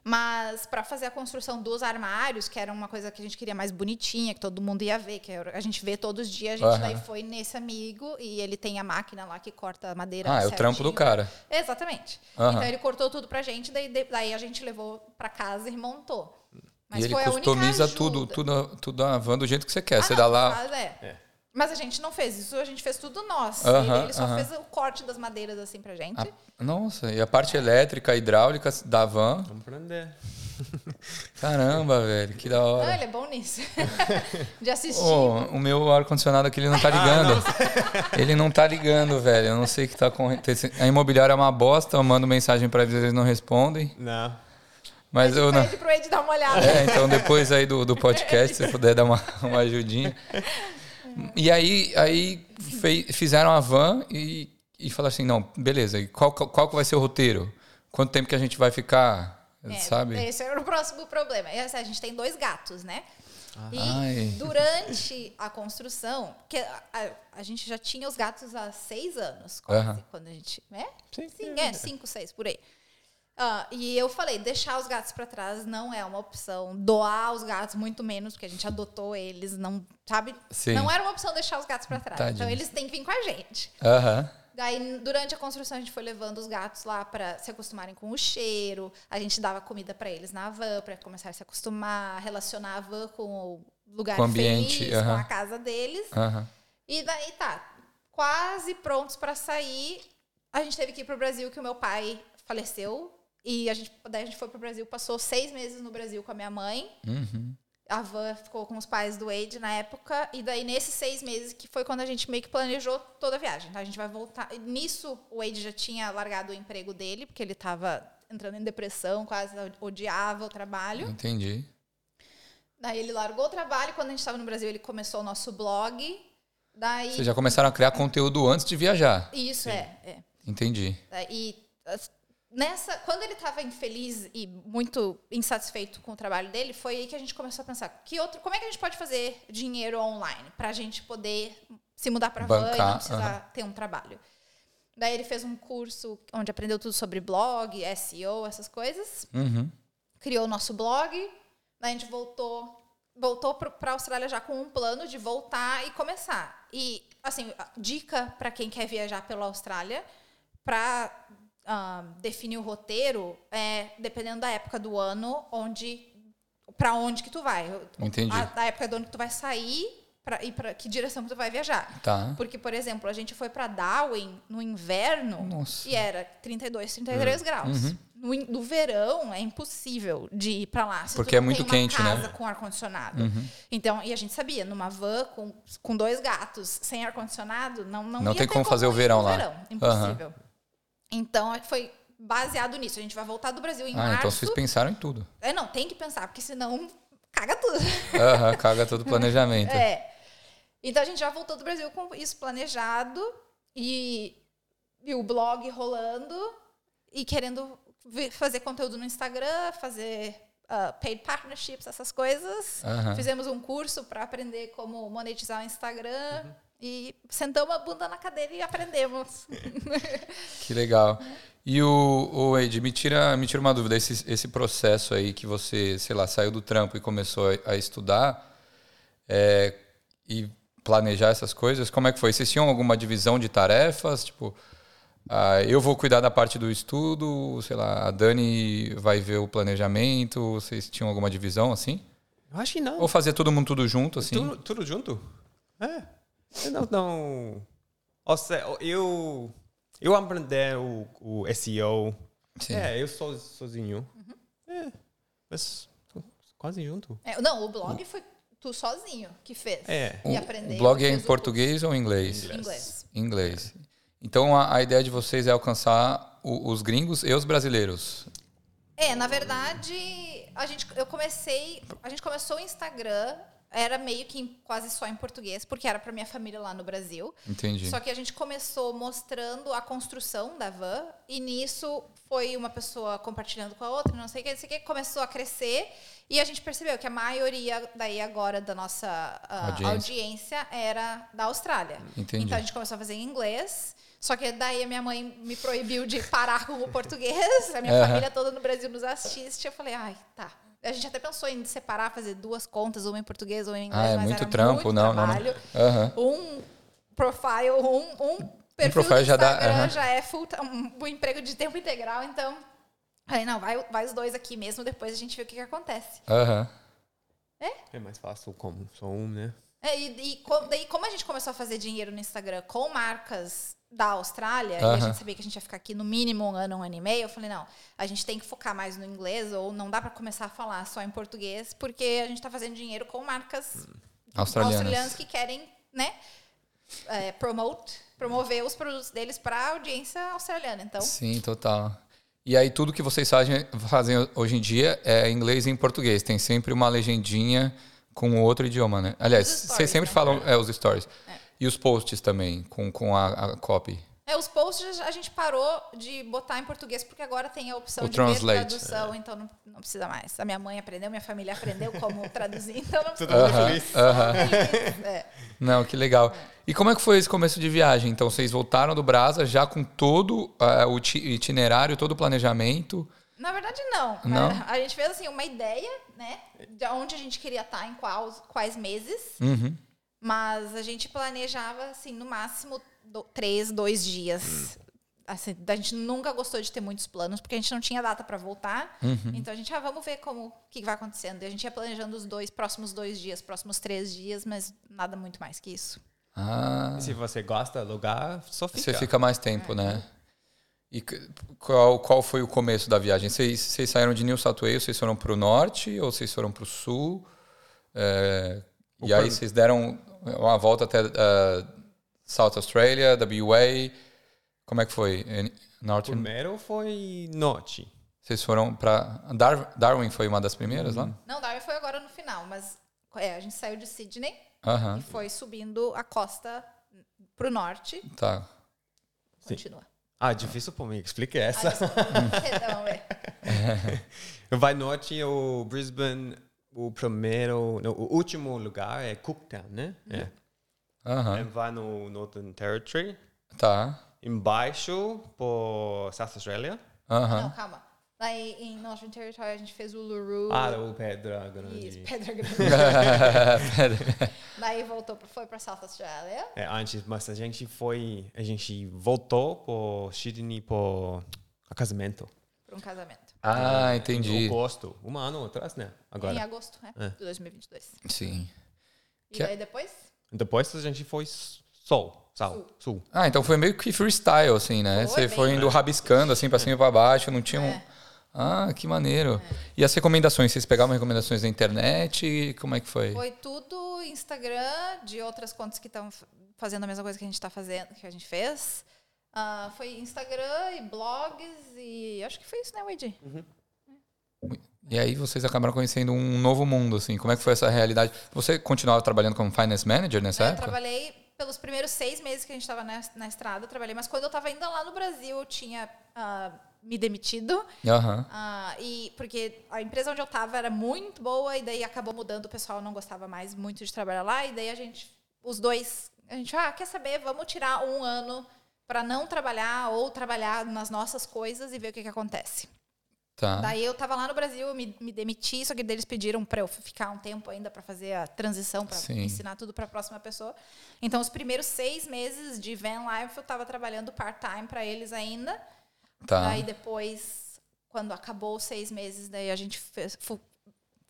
A: Mas para fazer a construção dos armários, que era uma coisa que a gente queria mais bonitinha, que todo mundo ia ver, que era- a gente vê todos os dias, a gente
C: Aham.
A: daí foi nesse amigo e ele tem a máquina lá que corta a madeira.
C: Ah, é o trampo do
A: certinho.
C: cara.
A: Exatamente.
C: Aham.
A: Então ele cortou tudo pra gente, daí, de- daí a gente levou pra casa e montou. Mas
C: e ele
A: foi a única
C: customiza
A: ajuda.
C: tudo, tudo, tudo a van do jeito que você quer.
A: Ah,
C: você
A: não,
C: dá lá.
A: mas é. Mas a gente não fez isso, a gente fez tudo nós.
C: Aham,
A: ele, ele só
C: aham. Ah,
A: fez o corte das madeiras assim pra gente.
C: a- nossa, e a parte elétrica, hidráulica da van.
B: Vamos aprender.
C: Caramba, velho, que da
A: Não,
C: hora.
A: ele é bom nisso. De assistir.
C: Ô, o meu ar-condicionado aqui ele não tá ligando. ele não tá ligando, velho. Eu não sei o que tá acontecendo. A imobiliária é uma bosta, eu mando mensagem pra eles, eles não respondem.
B: Não.
C: Mas eu não.
A: Pede pro Ed dar uma olhada.
C: É, então depois aí do, do podcast, se puder dar uma, uma ajudinha. E aí, aí fei- fizeram a van e, e falaram assim, não, beleza, e qual, qual qual que vai ser o roteiro? Quanto tempo que a gente vai ficar,
A: É,
C: sabe?
A: Esse era o próximo problema. E, assim, a gente tem dois gatos, né? E
C: Ai.
A: durante a construção, que a, a- a gente já tinha os gatos há seis anos, quase,
C: Aham.
A: quando a gente. Né?
B: Sim.
A: Sim, é, cinco, seis, por aí. Ah, e eu falei, deixar os gatos pra trás não é uma opção. Doar os gatos, muito menos, porque a gente adotou eles, não, sabe?
C: Sim.
A: Não era uma opção deixar os gatos pra trás. Então
C: Tadinhos.
A: eles têm que vir com a gente.
C: Aham.
A: Daí, durante a construção, a gente foi levando os gatos lá para se acostumarem com o cheiro. A gente dava comida para eles na van, para começar a se acostumar, relacionar a van com o lugar
C: Com o ambiente,
A: feliz, com
C: aham.
A: a casa deles.
C: Aham.
A: E daí tá, quase prontos pra sair. A gente teve que ir pro Brasil, que o meu pai faleceu. E a gente, daí a gente foi pro Brasil, passou seis meses no Brasil com a minha mãe.
C: Uhum.
A: A Van ficou com os pais do Wade na época. E daí, nesses seis meses, que foi quando a gente meio que planejou toda a viagem. Tá? A gente vai voltar. E nisso, o Wade já tinha largado o emprego dele, porque ele tava entrando em depressão, quase odiava o trabalho.
C: Uhum. Entendi.
A: Daí ele largou o trabalho. Quando a gente tava no Brasil, ele começou o nosso blog. Daí.
C: Vocês já começaram a criar conteúdo antes de viajar.
A: Isso, é, é.
C: Entendi.
A: Tá, E as- nessa, quando ele estava infeliz e muito insatisfeito com o trabalho dele, foi aí que a gente começou a pensar que outro, como é que a gente pode fazer dinheiro online para a gente poder se mudar para van e
C: Bancar,
A: não precisar ter um trabalho. Daí ele fez um curso onde aprendeu tudo sobre blog, SEO, essas coisas
C: Uhum.
A: criou o nosso blog, daí a gente voltou voltou para a Austrália já com um plano de voltar e começar. E assim, a dica para quem quer viajar pela Austrália, para definir o roteiro é dependendo da época do ano, onde para onde que tu vai.
C: Entendi.
A: A, da época do ano que tu vai sair pra, e para que direção que tu vai viajar.
C: Tá.
A: Porque, por exemplo, a gente foi para Darwin no inverno
C: Nossa. É. Uhum.
A: e era 32, 33 graus. No, in- no verão é impossível de ir para lá. se tu
C: Porque é
A: não
C: muito
A: tem uma
C: quente, né? Uhum.
A: casa com ar-condicionado. Então, e a gente sabia, numa van com, com dois gatos, sem ar-condicionado, não, não,
C: Não
A: ia
C: tem
A: ter
C: como fazer o
A: ir
C: verão
A: no
C: lá.
A: verão, impossível. Então, é que foi baseado nisso. A gente vai voltar do Brasil em
C: Ah, então
A: março.
C: vocês pensaram em tudo.
A: É, não, tem que pensar, porque senão caga tudo.
C: Aham, caga todo o planejamento.
A: É. Então a gente já voltou do Brasil com isso planejado e, e o blog rolando e querendo vi- fazer conteúdo no Instagram, fazer ah, paid partnerships, essas coisas.
C: Aham.
A: Fizemos um curso para aprender como monetizar o Instagram e sentamos a bunda na cadeira e aprendemos.
C: Que legal. E o, o Wade, me tira, me tira uma dúvida. Esse, esse processo aí que você, sei lá, saiu do trampo e começou a, a estudar é, e planejar essas coisas, como é que foi? Vocês tinham alguma divisão de tarefas? Tipo, ah, eu vou cuidar da parte do estudo, sei lá, a Dani vai ver o planejamento. Vocês tinham alguma divisão assim?
B: Eu acho que não.
C: Ou fazia todo mundo tudo junto, assim?
B: Tudo, tudo junto? É. Eu não, não. Ou seja, eu. Eu aprendi o, o SEO.
C: Sim.
B: É, eu sou sozinho. É. Mas quase junto.
A: É, não, o blog foi tu sozinho que fez.
B: É.
A: E
C: O-
A: aprendeu.
C: o blog é
A: fez
C: em
A: o
C: português ou em inglês?
A: curso em Inglês.
C: Inglês. Então a, a ideia de vocês é alcançar o- os gringos e os brasileiros.
A: É, na verdade, a gente, eu comecei. A gente começou o Instagram, era meio que em- quase só em português, porque era pra minha família lá no Brasil.
C: Entendi.
A: Só que a gente começou mostrando a construção da van, e nisso foi uma pessoa compartilhando com a outra, não sei o que, não sei o que, começou a crescer, e a gente percebeu que a maioria daí agora da nossa ah,
C: Audiência.
A: audiência era da Austrália.
C: Entendi.
A: Então a gente começou a fazer em inglês. Só que daí a minha mãe me proibiu de parar com o português. A minha
C: Aham.
A: família toda no Brasil nos assiste. Eu falei, ai, tá. A gente até pensou em separar, fazer duas contas, uma em português, uma em inglês.
C: Ah, é
A: mas
C: muito
A: era
C: trampo,
A: muito
C: não, não, não.
A: trabalho.
C: Aham.
A: Um profile, um, um perfil
C: profile
A: do
C: já dá,
A: Instagram
C: aham.
A: já é full, ti- um, um emprego de tempo integral. Então, falei, não, vai, vai os dois aqui mesmo, depois a gente vê o que, que acontece.
C: Aham.
B: É mais fácil como só um, né?
A: É, e, e co- daí, como a gente começou a fazer dinheiro no Instagram com marcas da Austrália, e a
C: Aham.
A: gente sabia que a gente ia ficar aqui no mínimo um ano, um ano e meio, eu falei, não, a gente tem que focar mais no inglês, ou não dá pra começar a falar só em português, porque a gente tá fazendo dinheiro com marcas
C: Australianos.
A: australianas que querem, né, é, promote, promover os produtos deles pra audiência australiana. Então,
C: Sim, total. E aí tudo que vocês fazem, fazem hoje em dia é inglês e em português. Tem sempre uma legendinha com outro idioma, né? Aliás,
A: Os stories,
C: vocês sempre
A: né?
C: falam é, os stories. E os posts também, com, com a, a copy.
A: É, os posts a gente parou de botar em português porque agora tem a opção
C: O
A: de
C: translate, é.
A: ver tradução, então não, não precisa mais. A minha mãe aprendeu, minha família aprendeu como traduzir, então não precisa mais.
C: Aham, aham.
A: É.
C: Não, que legal. E como é que foi esse começo de viagem? Então, vocês voltaram do Brasa já com todo ah, o ti- itinerário, todo o planejamento?
A: Na verdade, não.
C: Não?
A: A gente fez assim uma ideia, né? De onde a gente queria estar em quais, quais meses.
C: Uhum.
A: Mas a gente planejava, assim, no máximo do- três, dois dias. Assim, a gente nunca gostou de ter muitos planos, porque a gente não tinha data pra voltar. Então a gente, ah, vamos ver como o que que vai acontecendo. E a gente ia planejando os dois próximos dois dias, próximos três dias, mas nada muito mais que isso.
C: Ah,
B: Se você gosta do lugar, só fica. É.
C: você fica mais tempo, né? E c- qual, qual foi o começo da viagem? Vocês, vocês saíram de New South Wales, vocês foram pro norte ou vocês foram pro sul? É, e aí vocês deram uma volta até ah, South Australia, WA. Como é que foi? Em- Norte?
B: Primeiro foi norte.
C: Vocês foram pra. Dar- Darwin foi uma das primeiras lá?
A: Não, Darwin foi agora no final, mas é, a gente saiu de Sydney
C: Aham,
A: e foi subindo a costa pro norte.
C: tá.
A: Continua.
B: Ah, difícil para mim, explique
A: Ah,
B: essa.
A: desculpa. Perdão, é.
B: Vai norte, o Brisbane, o primeiro, não, o último lugar é Cooktown, né?
C: Uhum.
B: É.
C: Aham,
B: Aí Vai no Northern Territory,
C: tá.
B: embaixo por South Australia.
C: Aham.
A: Não, calma. Lá em, em Northern Territory a gente fez o Luru
B: Ah, o Pedra
A: e
B: Grande.
A: Pedra Grande.
C: Pera.
A: Daí voltou, pra- foi pra South Australia.
B: É, antes, mas a gente foi, a gente voltou por Sydney por casamento.
A: Pra um casamento.
C: ah,
B: Em
C: entendi.
B: agosto, um ano atrás, né?
A: Em
B: Agora.
A: agosto, né?
B: É.
A: De 2022.
C: Sim.
A: E
C: Que-
A: daí depois?
B: Depois Então, a gente foi sol, sol, sul.
C: Ah, então foi meio que freestyle, assim,
A: Foi
C: né? Você
A: bem.
C: foi indo rabiscando, assim, pra cima e pra baixo, não tinha um...
A: É.
C: Ah, que maneiro. E as recomendações? Vocês pegavam recomendações na internet? Como é que foi?
A: Foi tudo Instagram de outras contas que estão fazendo a mesma coisa que a gente tá fazendo, que a gente fez. Ah, foi Instagram e blogs e acho que foi isso, né, Wade?
C: E aí vocês acabaram conhecendo um novo mundo, assim. Como é que foi essa realidade? Você continuava trabalhando como finance manager nessa
A: É, Eu
C: época?
A: trabalhei pelos primeiros seis meses que a gente estava na, na estrada, eu trabalhei, mas quando eu estava ainda lá no Brasil, eu tinha ah, me demitido.
C: Aham.
A: ah, e porque a empresa onde eu estava era muito boa, e daí acabou mudando, o pessoal não gostava mais muito de trabalhar lá, e daí a gente, os dois, a gente, ah, quer saber, vamos tirar um ano para não trabalhar ou trabalhar nas nossas coisas e ver o que, que acontece.
C: Tá.
A: Daí eu tava lá no Brasil, eu me, me demiti, só que daí eles pediram pra eu ficar um tempo ainda pra fazer a transição, pra
C: Sim.
A: ensinar tudo pra próxima pessoa. Então, os primeiros seis meses de Van Life eu tava trabalhando part-time pra eles ainda.
C: Tá.
A: Daí depois, quando acabou os seis meses, daí a gente fez- fo-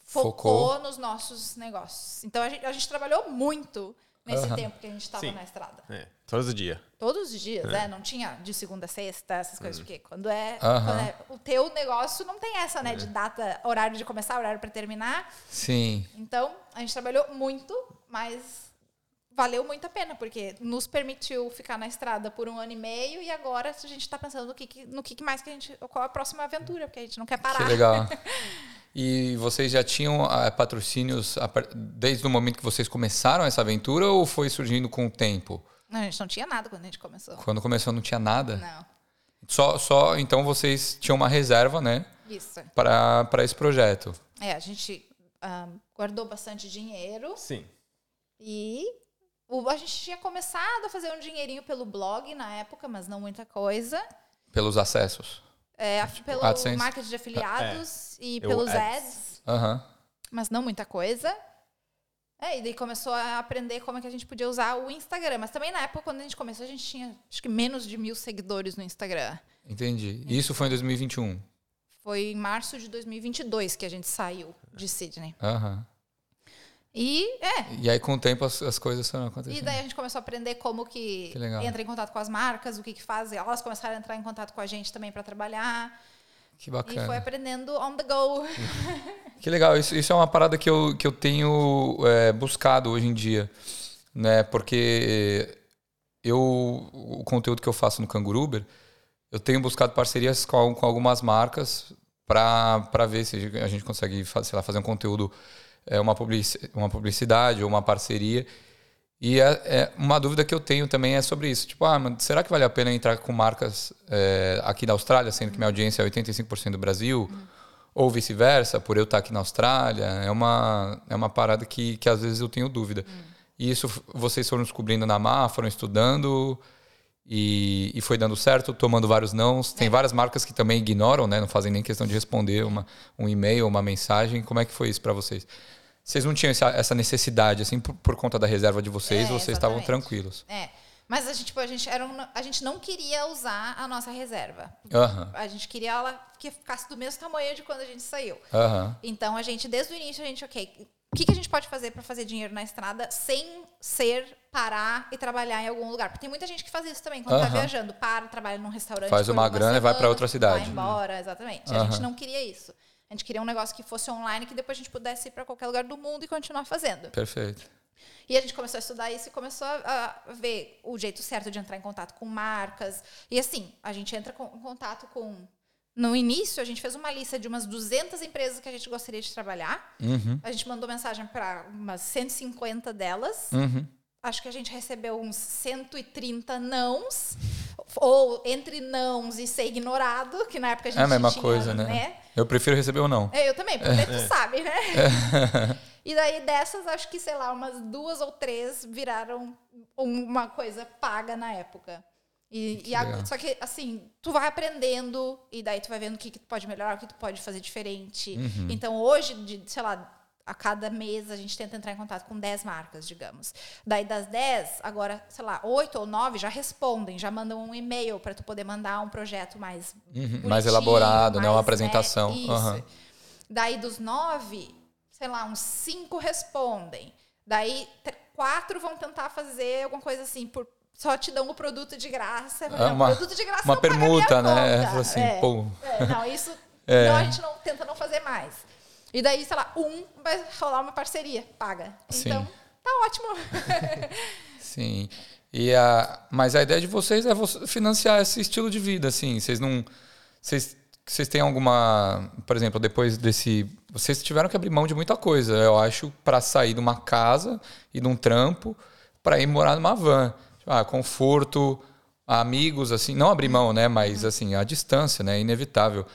C: Focou.
A: focou, nos nossos negócios. Então, a gente, a gente trabalhou muito nesse
C: Aham.
A: tempo que a gente tava
B: Sim.
A: na estrada.
B: É, todos os dias.
A: Todos os
C: É.
A: dias, né? Não tinha de segunda a sexta, essas coisas, porque quando é,
C: Aham.
A: quando é o teu negócio, não tem essa, né? De data, horário de começar, horário pra terminar.
C: Sim.
A: Então, a gente trabalhou muito, mas valeu muito a pena, porque nos permitiu ficar na estrada por um ano e meio e agora a gente tá pensando no que, que- no que que mais que a gente. Qual a próxima aventura, porque a gente não quer parar.
C: Que legal. E vocês já tinham ah, patrocínios a par- desde o momento que vocês começaram essa aventura ou foi surgindo com o tempo?
A: A gente não tinha nada quando a gente começou.
C: Quando começou não tinha nada?
A: Não.
C: Só, só então vocês tinham uma reserva, né,
A: Isso.
C: Pra pra esse projeto.
A: É, a gente ah, guardou bastante dinheiro.
B: Sim.
A: E o- a gente tinha começado a fazer um dinheirinho pelo blog na época, mas não muita coisa.
C: Pelos acessos.
A: É, af- pelo
C: Tipo, AdSense. Ah, é.
A: marketing de afiliados e
B: Eu-
A: pelos
B: ads.
A: ads,
C: Aham.
A: mas não muita coisa. É, e daí começou a aprender como é que a gente podia usar o Instagram. Mas também na época, quando a gente começou, a gente tinha acho que menos de mil seguidores no Instagram.
C: Entendi.
A: É.
C: E um. Isso foi em 2021.
A: Foi em março de 2022 que a gente saiu de Sydney.
C: Aham.
A: E é,
C: E aí com o tempo as, as coisas foram
A: E
C: acontecendo.
A: daí a gente começou a aprender como que,
C: Que legal.
A: entra em contato com as marcas, o que que faz. E elas começaram a entrar em contato com a gente também para trabalhar.
C: Que
A: E foi
C: bacana.
A: aprendendo on the go.
C: Que legal, isso, isso é uma parada que eu, que eu tenho é, buscado hoje em dia, né? Porque eu, o conteúdo que eu faço no Canguruber, eu tenho buscado parcerias com, al- com algumas marcas para ver se a gente consegue, fa- sei lá, fazer um conteúdo, é, uma, publici uma publicidade ou uma parceria. E é, é uma dúvida que eu tenho também é sobre isso. Tipo, ah, mas será que vale a pena entrar com marcas é, aqui da Austrália, sendo que minha audiência é 85% do Brasil? Ou vice-versa, por eu estar aqui na Austrália? É uma, é uma parada que, que às vezes eu tenho dúvida.
A: Hum.
C: E isso f- vocês foram descobrindo na mar, foram estudando e, e foi dando certo, tomando vários nãos.
A: É.
C: Tem várias marcas que também ignoram, né? Não fazem nem questão de responder uma, um e-mail, uma mensagem. Como é que foi isso para vocês? Vocês não tinham essa, essa necessidade, assim, por, por conta da reserva de vocês,
A: É,
C: vocês estavam
A: exatamente.
C: tranquilos.
A: É. Mas a gente, tipo, a gente, era um- a gente não queria usar a nossa reserva.
C: Aham.
A: A gente queria ela que ficasse do mesmo tamanho de quando a gente saiu.
C: Aham.
A: Então a gente, desde o início, a gente, ok, o que, que a gente pode fazer para fazer dinheiro na estrada sem ser parar e trabalhar em algum lugar? Porque tem muita gente que faz isso também, quando tá
C: Aham.
A: viajando, para, trabalha num restaurante.
C: Faz
A: por
C: uma grana e vai pra
A: semana,
C: outra cidade.
A: Vai embora, exatamente. A
C: Aham.
A: gente não queria isso. A gente queria um negócio que fosse online, que depois a gente pudesse ir para qualquer lugar do mundo e continuar fazendo.
C: Perfeito.
A: E a gente começou a estudar isso e começou a, a ver o jeito certo de entrar em contato com marcas. E assim, a gente entra com- em contato com. No início, a gente fez uma lista de umas 200 empresas que a gente gostaria de trabalhar.
C: Uhum.
A: A gente mandou mensagem para umas 150 delas.
C: Uhum.
A: Acho que a gente recebeu uns 130 nãos. Ou entre nãos e ser ignorado, que na época a gente
C: É a mesma
A: tinha,
C: coisa, né? Eu prefiro receber ou não. É.
A: é, eu também, porque tu sabe, né? e daí dessas, acho que, sei lá, umas duas ou três viraram uma coisa paga na época. E,
C: Que
A: e a-
C: legal.
A: só que, assim, tu vai aprendendo e daí tu vai vendo o que, que tu pode melhorar, o que tu pode fazer diferente.
C: Uhum.
A: Então, hoje, de, sei lá, a cada mês a gente tenta entrar em contato com 10 marcas, digamos. Daí das 10, agora, sei lá, 8 ou 9 já respondem, já mandam um e-mail para tu poder mandar um projeto mais
C: Uhum. Mais
A: bonitinho,
C: elaborado, né? Uma
A: mais,
C: apresentação.
A: isso.
C: Aham.
A: Daí dos nove, sei lá, uns cinco respondem. Daí tr- quatro vão tentar fazer alguma coisa assim, por, só te dão o produto de graça. Não,
C: Ah, uma-
A: produto de graça é
C: Uma
A: não paga minha
C: permuta, né?
A: conta.
C: Falou assim, É.
A: É.
C: pô.
A: É, não, isso não, a gente não tenta não fazer mais. E daí, sei lá, um vai rolar uma parceria, paga.
C: Sim.
A: Então, tá ótimo.
C: Sim. E a, mas a ideia de vocês é vo- financiar esse estilo de vida, assim. Vocês não. Vocês, vocês têm alguma. Por exemplo, depois desse. Vocês tiveram que abrir mão de muita coisa, eu acho, para sair de uma casa e de um trampo para ir morar numa van. Ah, conforto, amigos, assim. Não abrir mão, né? Mas, assim, a distância, né? É inevitável.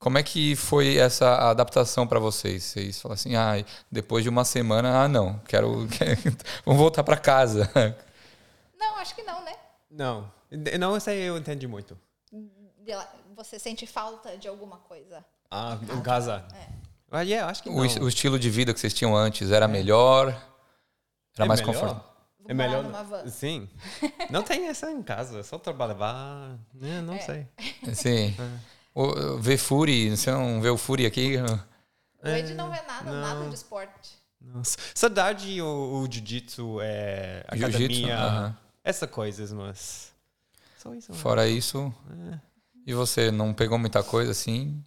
C: Como é que foi essa adaptação para vocês? Vocês falaram assim, ah, depois de uma semana, ah, não, quero, vamos voltar para casa.
A: Não, acho que não, né?
B: Não, eu não sei, eu entendi muito.
A: De lá- Você sente falta de alguma coisa.
B: Ah, em casa. Ah, yeah, acho que não.
C: O, es- o estilo de vida que vocês tinham antes era melhor, era
B: É
C: mais
B: melhor?
C: confortável.
A: Vou
B: É
A: morar
B: melhor.
A: numa van.
B: Sim. Não tem essa em casa, é só trabalhar. né,
A: É.
B: não sei.
C: Sim.
B: É.
C: O- Ver Fury, você não vê o Fury aqui?
A: O Ed não vê nada,
B: É. não.
A: nada de esporte.
B: Nossa. Saudade o, o jiu-jitsu, é,
C: Jiu-jitsu,
B: academia,
C: aham.
B: essas coisas, mas só isso. né?
C: Fora isso.
B: É.
C: E você não pegou muita coisa assim?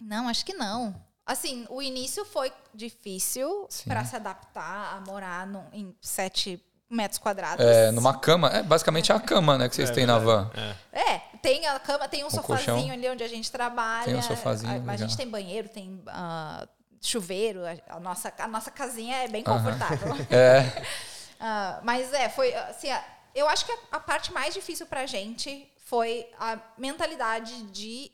A: Não, acho que não. Assim, o início foi difícil
C: Sim.
A: para se adaptar a morar num- em 7 metros quadrados.
C: É, numa cama? É, basicamente é a cama, né, que vocês
B: É
C: têm na van.
B: verdade. É.
A: É, tem a cama, tem um, sofazinho
C: colchão.
A: ali onde a gente trabalha.
C: Tem um sofazinho,
A: A, a
C: legal.
A: gente tem banheiro, tem ah, chuveiro. A, a nossa, a nossa casinha é bem
C: Aham.
A: confortável.
C: É,
A: Ah, mas é, foi assim, a- eu acho que a, a parte mais difícil pra gente foi a mentalidade de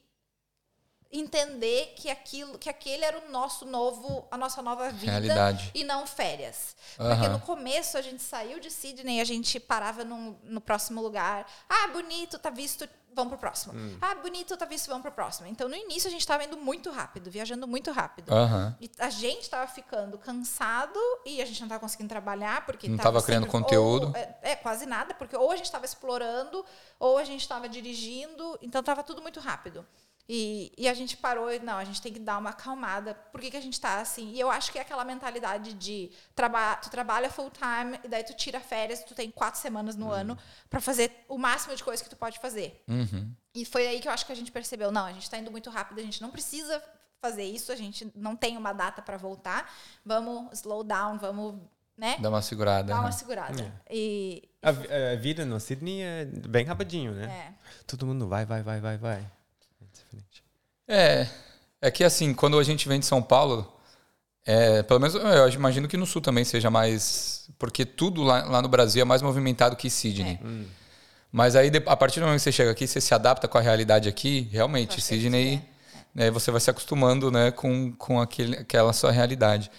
A: entender que aquilo, que aquele era o nosso novo, a nossa nova vida
C: Realidade.
A: e não férias. Porque
C: Aham.
A: no começo a gente saiu de Sydney, a gente parava num- no próximo lugar. Ah, bonito, tá visto, vamos pro próximo.
C: Hum.
A: Ah, bonito, tá visto, vamos pro próximo. Então no início a gente tava indo muito rápido, viajando muito rápido.
C: aham.
A: E a gente tava ficando cansado e a gente não tava conseguindo trabalhar porque
C: Não tava criando conteúdo.
A: ou- é, é, quase nada, porque ou a gente tava explorando, ou a gente tava dirigindo, então tava tudo muito rápido. E, e a gente parou e, não, a gente tem que dar uma acalmada. Por que, que a gente tá assim? E eu acho que é aquela mentalidade de traba tu trabalha full time e daí tu tira férias, tu tem quatro semanas no ano pra fazer o máximo de coisa que tu pode fazer.
C: Uhum.
A: E foi aí que eu acho que a gente percebeu, não, a gente tá indo muito rápido, a gente não precisa fazer isso, a gente não tem uma data para voltar. Vamos slow down, vamos, né?
C: Dá uma segurada.
A: Dar uma
C: né?
A: segurada. E
B: A, vi- a vida no Sydney é bem rapidinho, né?
A: é,
B: Todo mundo vai, vai, vai, vai, vai. É diferente.
C: É, é que assim, quando a gente vem de São Paulo, é, pelo menos eu imagino que no Sul também seja mais. Porque tudo lá, lá no Brasil é mais movimentado que Sydney. Mas aí, de- a partir do momento que você chega aqui, você se adapta com a realidade aqui, realmente,
A: Faz
C: Sydney,
A: sentido,
C: né, você vai se acostumando né, com, com aquele, aquela sua realidade.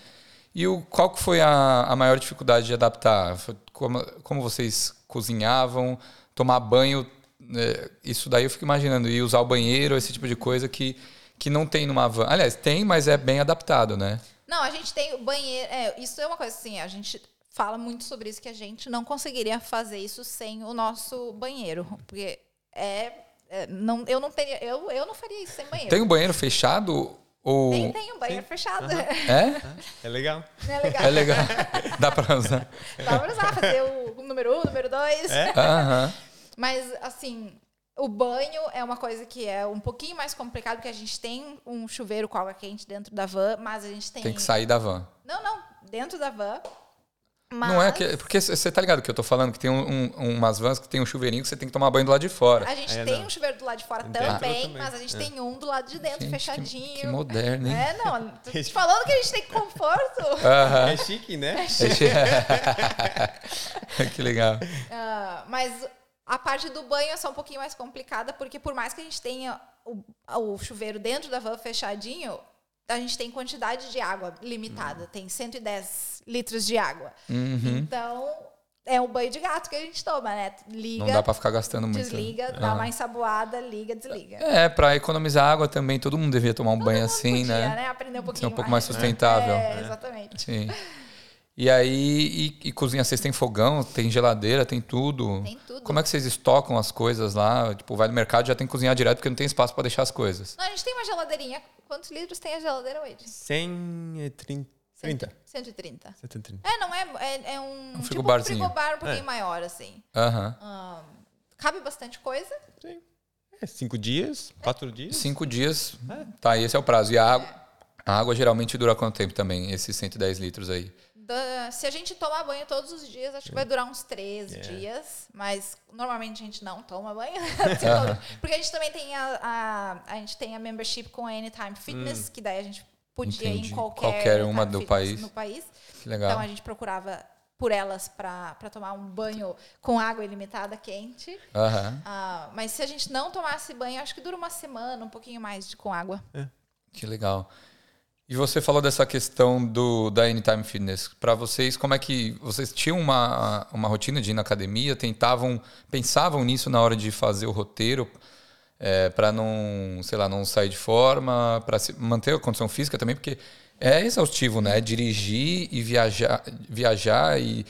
C: E o, qual que foi a, a maior dificuldade de adaptar? Foi Como, como vocês cozinhavam, tomar banho, né, isso daí eu fico imaginando, e usar o banheiro, esse tipo de coisa que, que não tem numa van. Aliás, tem, mas é bem adaptado, né?
A: Não, a gente tem o banheiro. é, isso é uma coisa assim, a gente fala muito sobre isso que a gente não conseguiria fazer isso sem o nosso banheiro, porque é, é, não, eu não teria, eu, eu não faria isso sem banheiro.
C: Tem um banheiro fechado ou
A: Nem tem um banheiro fechado.
C: é?
B: É legal.
A: Não é legal.
C: É legal. Dá pra usar.
A: Dá pra usar, fazer o número um, o número dois.
B: É?
C: Aham.
A: Mas, assim, o banho é uma coisa que é um pouquinho mais complicado, porque a gente tem um chuveiro com água quente dentro da van, mas a gente tem.
C: Tem que sair da van.
A: Não, não, dentro da van. Mas
C: Não é que. Porque você tá ligado que eu tô falando que tem um- um- umas vans que tem um chuveirinho que você tem que tomar banho do lado de fora.
A: A gente
B: É,
A: tem
B: não.
A: um chuveiro do lado de fora
B: Dentro
A: também,
B: também,
A: mas a gente
B: é.
A: tem um do lado de dentro,
C: Gente, que-
A: fechadinho.
C: Que moderno, hein?
A: É, não. Tô te falando que a gente tem conforto.
C: Aham. é.
B: É chique, né?
C: que legal.
A: Ah, mas a parte do banho é só um pouquinho mais complicada, porque por mais que a gente tenha o, o chuveiro dentro da van fechadinho, a gente tem quantidade de água limitada.
C: Hum.
A: Tem 110 litros de água.
C: Uhum.
A: Então, é um banho de gato que a gente toma, né? Liga,
C: Não dá pra ficar gastando muito.
A: desliga,
C: Ah.
A: dá uma ensaboada, liga, desliga.
C: É, pra economizar água também, todo mundo devia tomar um banho assim,
A: Podia,
C: né?
A: Aprender um
C: Ser
A: pouquinho
C: um pouco mais sustentável.
A: É, exatamente.
C: Sim. E aí, e, e cozinha, vocês têm fogão, tem geladeira, tem tudo.
A: Tem tudo.
C: Como é que vocês estocam as coisas lá? Tipo, vai no mercado e já tem que cozinhar direto porque não tem espaço pra deixar as coisas.
A: Não, a gente tem uma geladeirinha. Quantos litros tem a geladeira hoje?
B: 130.
A: 100,
B: 30.
A: 130.
B: 130.
A: É, não é. É, é um, tipo
C: frigobarzinho.
A: um frigobar um pouquinho
B: É.
A: maior, assim.
C: Aham.
A: Ah, cabe bastante coisa.
B: Sim. É, cinco dias, quatro dias.
C: Cinco dias, tá, esse é o prazo. E a água,
A: É.
C: a água geralmente dura quanto tempo também, esses 110 litros aí?
A: Da- se a gente tomar banho todos os dias, acho que vai durar uns três
B: É.
A: dias. Mas normalmente a gente não toma banho.
C: Aham.
A: Porque a gente também tem a, a, a gente tem a membership com a Anytime Fitness, que daí a gente podia ir
C: Entendi.
A: em qualquer,
C: Qualquer uma
A: Anytime Fitness
C: do país.
A: no país.
C: Que
A: Então
C: legal.
A: a gente procurava por elas para tomar um banho com água ilimitada quente.
C: Aham.
A: Ah, mas se a gente não tomasse banho, acho que dura uma semana, um pouquinho mais de, com água.
C: Que legal. E você falou dessa questão do da Anytime Fitness. Pra vocês, como é que vocês tinham uma, uma rotina de ir na academia? Tentavam, pensavam nisso na hora de fazer o roteiro é, para não, sei lá, não sair de forma, para manter a condição física também, porque é exaustivo, né? Dirigir e viajar, viajar e,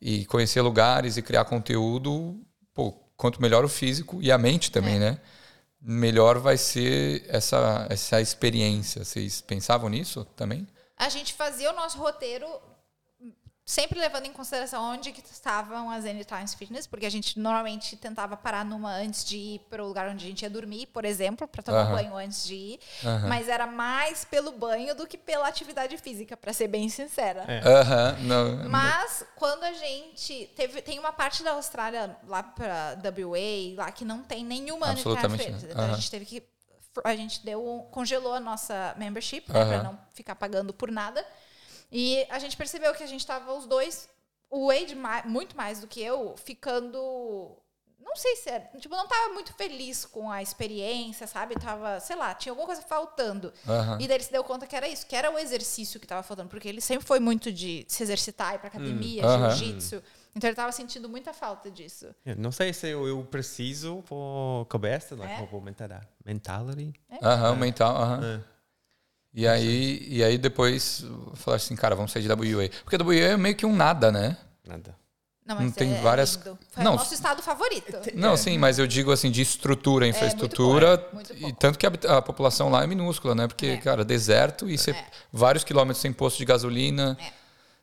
C: e conhecer lugares e criar conteúdo. Pô, quanto melhor o físico e a mente também, né? melhor vai ser essa, essa experiência. Vocês pensavam nisso também?
A: A gente fazia o nosso roteiro sempre levando em consideração onde que estavam as Anytime Fitness, porque a gente normalmente tentava parar numa antes de ir para o lugar onde a gente ia dormir, por exemplo, para tomar
C: Aham.
A: banho antes de ir.
C: Aham.
A: Mas era mais pelo banho do que pela atividade física, para ser bem sincera.
B: É.
C: Aham, não.
A: Mas quando a gente teve tem uma parte da Austrália lá para WA lá que não tem nenhuma
C: Absolutamente
A: Unitax
C: não.
A: Então a
C: Aham.
A: gente teve que a gente deu um- congelou a nossa membership né,
C: Aham.
A: para não ficar pagando por nada. E a gente percebeu que a gente tava os dois o Wade ma- muito mais do que eu ficando não sei se era, tipo, não tava muito feliz com a experiência, sabe? Tava, sei lá, tinha alguma coisa faltando.
C: Aham.
A: E daí ele se deu conta que era isso, que era o exercício que tava faltando, porque ele sempre foi muito de se exercitar, ir pra academia,
C: Hum, aham.
A: jiu-jitsu. Então ele tava sentindo muita falta disso.
B: É, Não sei se eu, eu preciso né? por cabeça, like,
A: É.
B: por mental- mentality.
C: Aham, mental. aham.
B: É.
C: E, aí, e aí depois falaram assim, cara, vamos sair de WA. Porque WA é meio que um nada, né?
B: Nada.
A: mas
C: Não, tem
A: é
C: várias-
A: lindo. Foi
C: Não,
A: o nosso estado favorito.
C: Não, sim, mas eu digo assim, de estrutura, infraestrutura.
A: É. pouco, é, muito
C: e
A: pouco.
C: tanto que a, habita- a população lá é minúscula, né? Porque,
A: É.
C: cara, deserto e cê-
A: É.
C: vários quilômetros sem posto de gasolina,
A: É.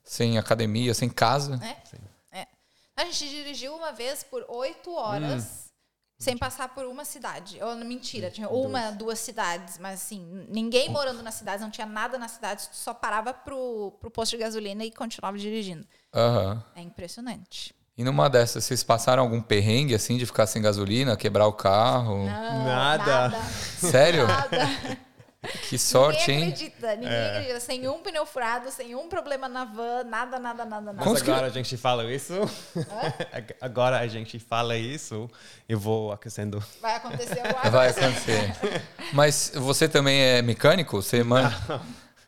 C: sem academia, sem casa.
A: É? É. A gente dirigiu uma vez por oito horas.
C: Hum.
A: Sem passar por uma cidade. Ou, mentira, tinha uma, duas cidades, mas assim, ninguém morando nas cidades, não tinha nada nas cidades, só parava pro, pro posto de gasolina e continuava dirigindo.
C: Aham.
A: É impressionante.
C: E numa dessas, vocês passaram algum perrengue assim de ficar sem gasolina, quebrar o carro?
A: Não,
B: Nada.
A: nada.
C: Sério?
A: Nada.
C: Que sorte,
A: ninguém
C: hein?
A: acredita, ninguém acredita. Sem um pneu furado, sem um problema na van, nada, nada, nada, nada.
B: Mas
C: Quantos
B: agora a gente fala isso. Ag- agora a gente fala isso. Eu vou aquecendo.
A: Vai acontecer alguma
C: Vai
A: coisa.
C: acontecer. Mas você também é mecânico? Você manda,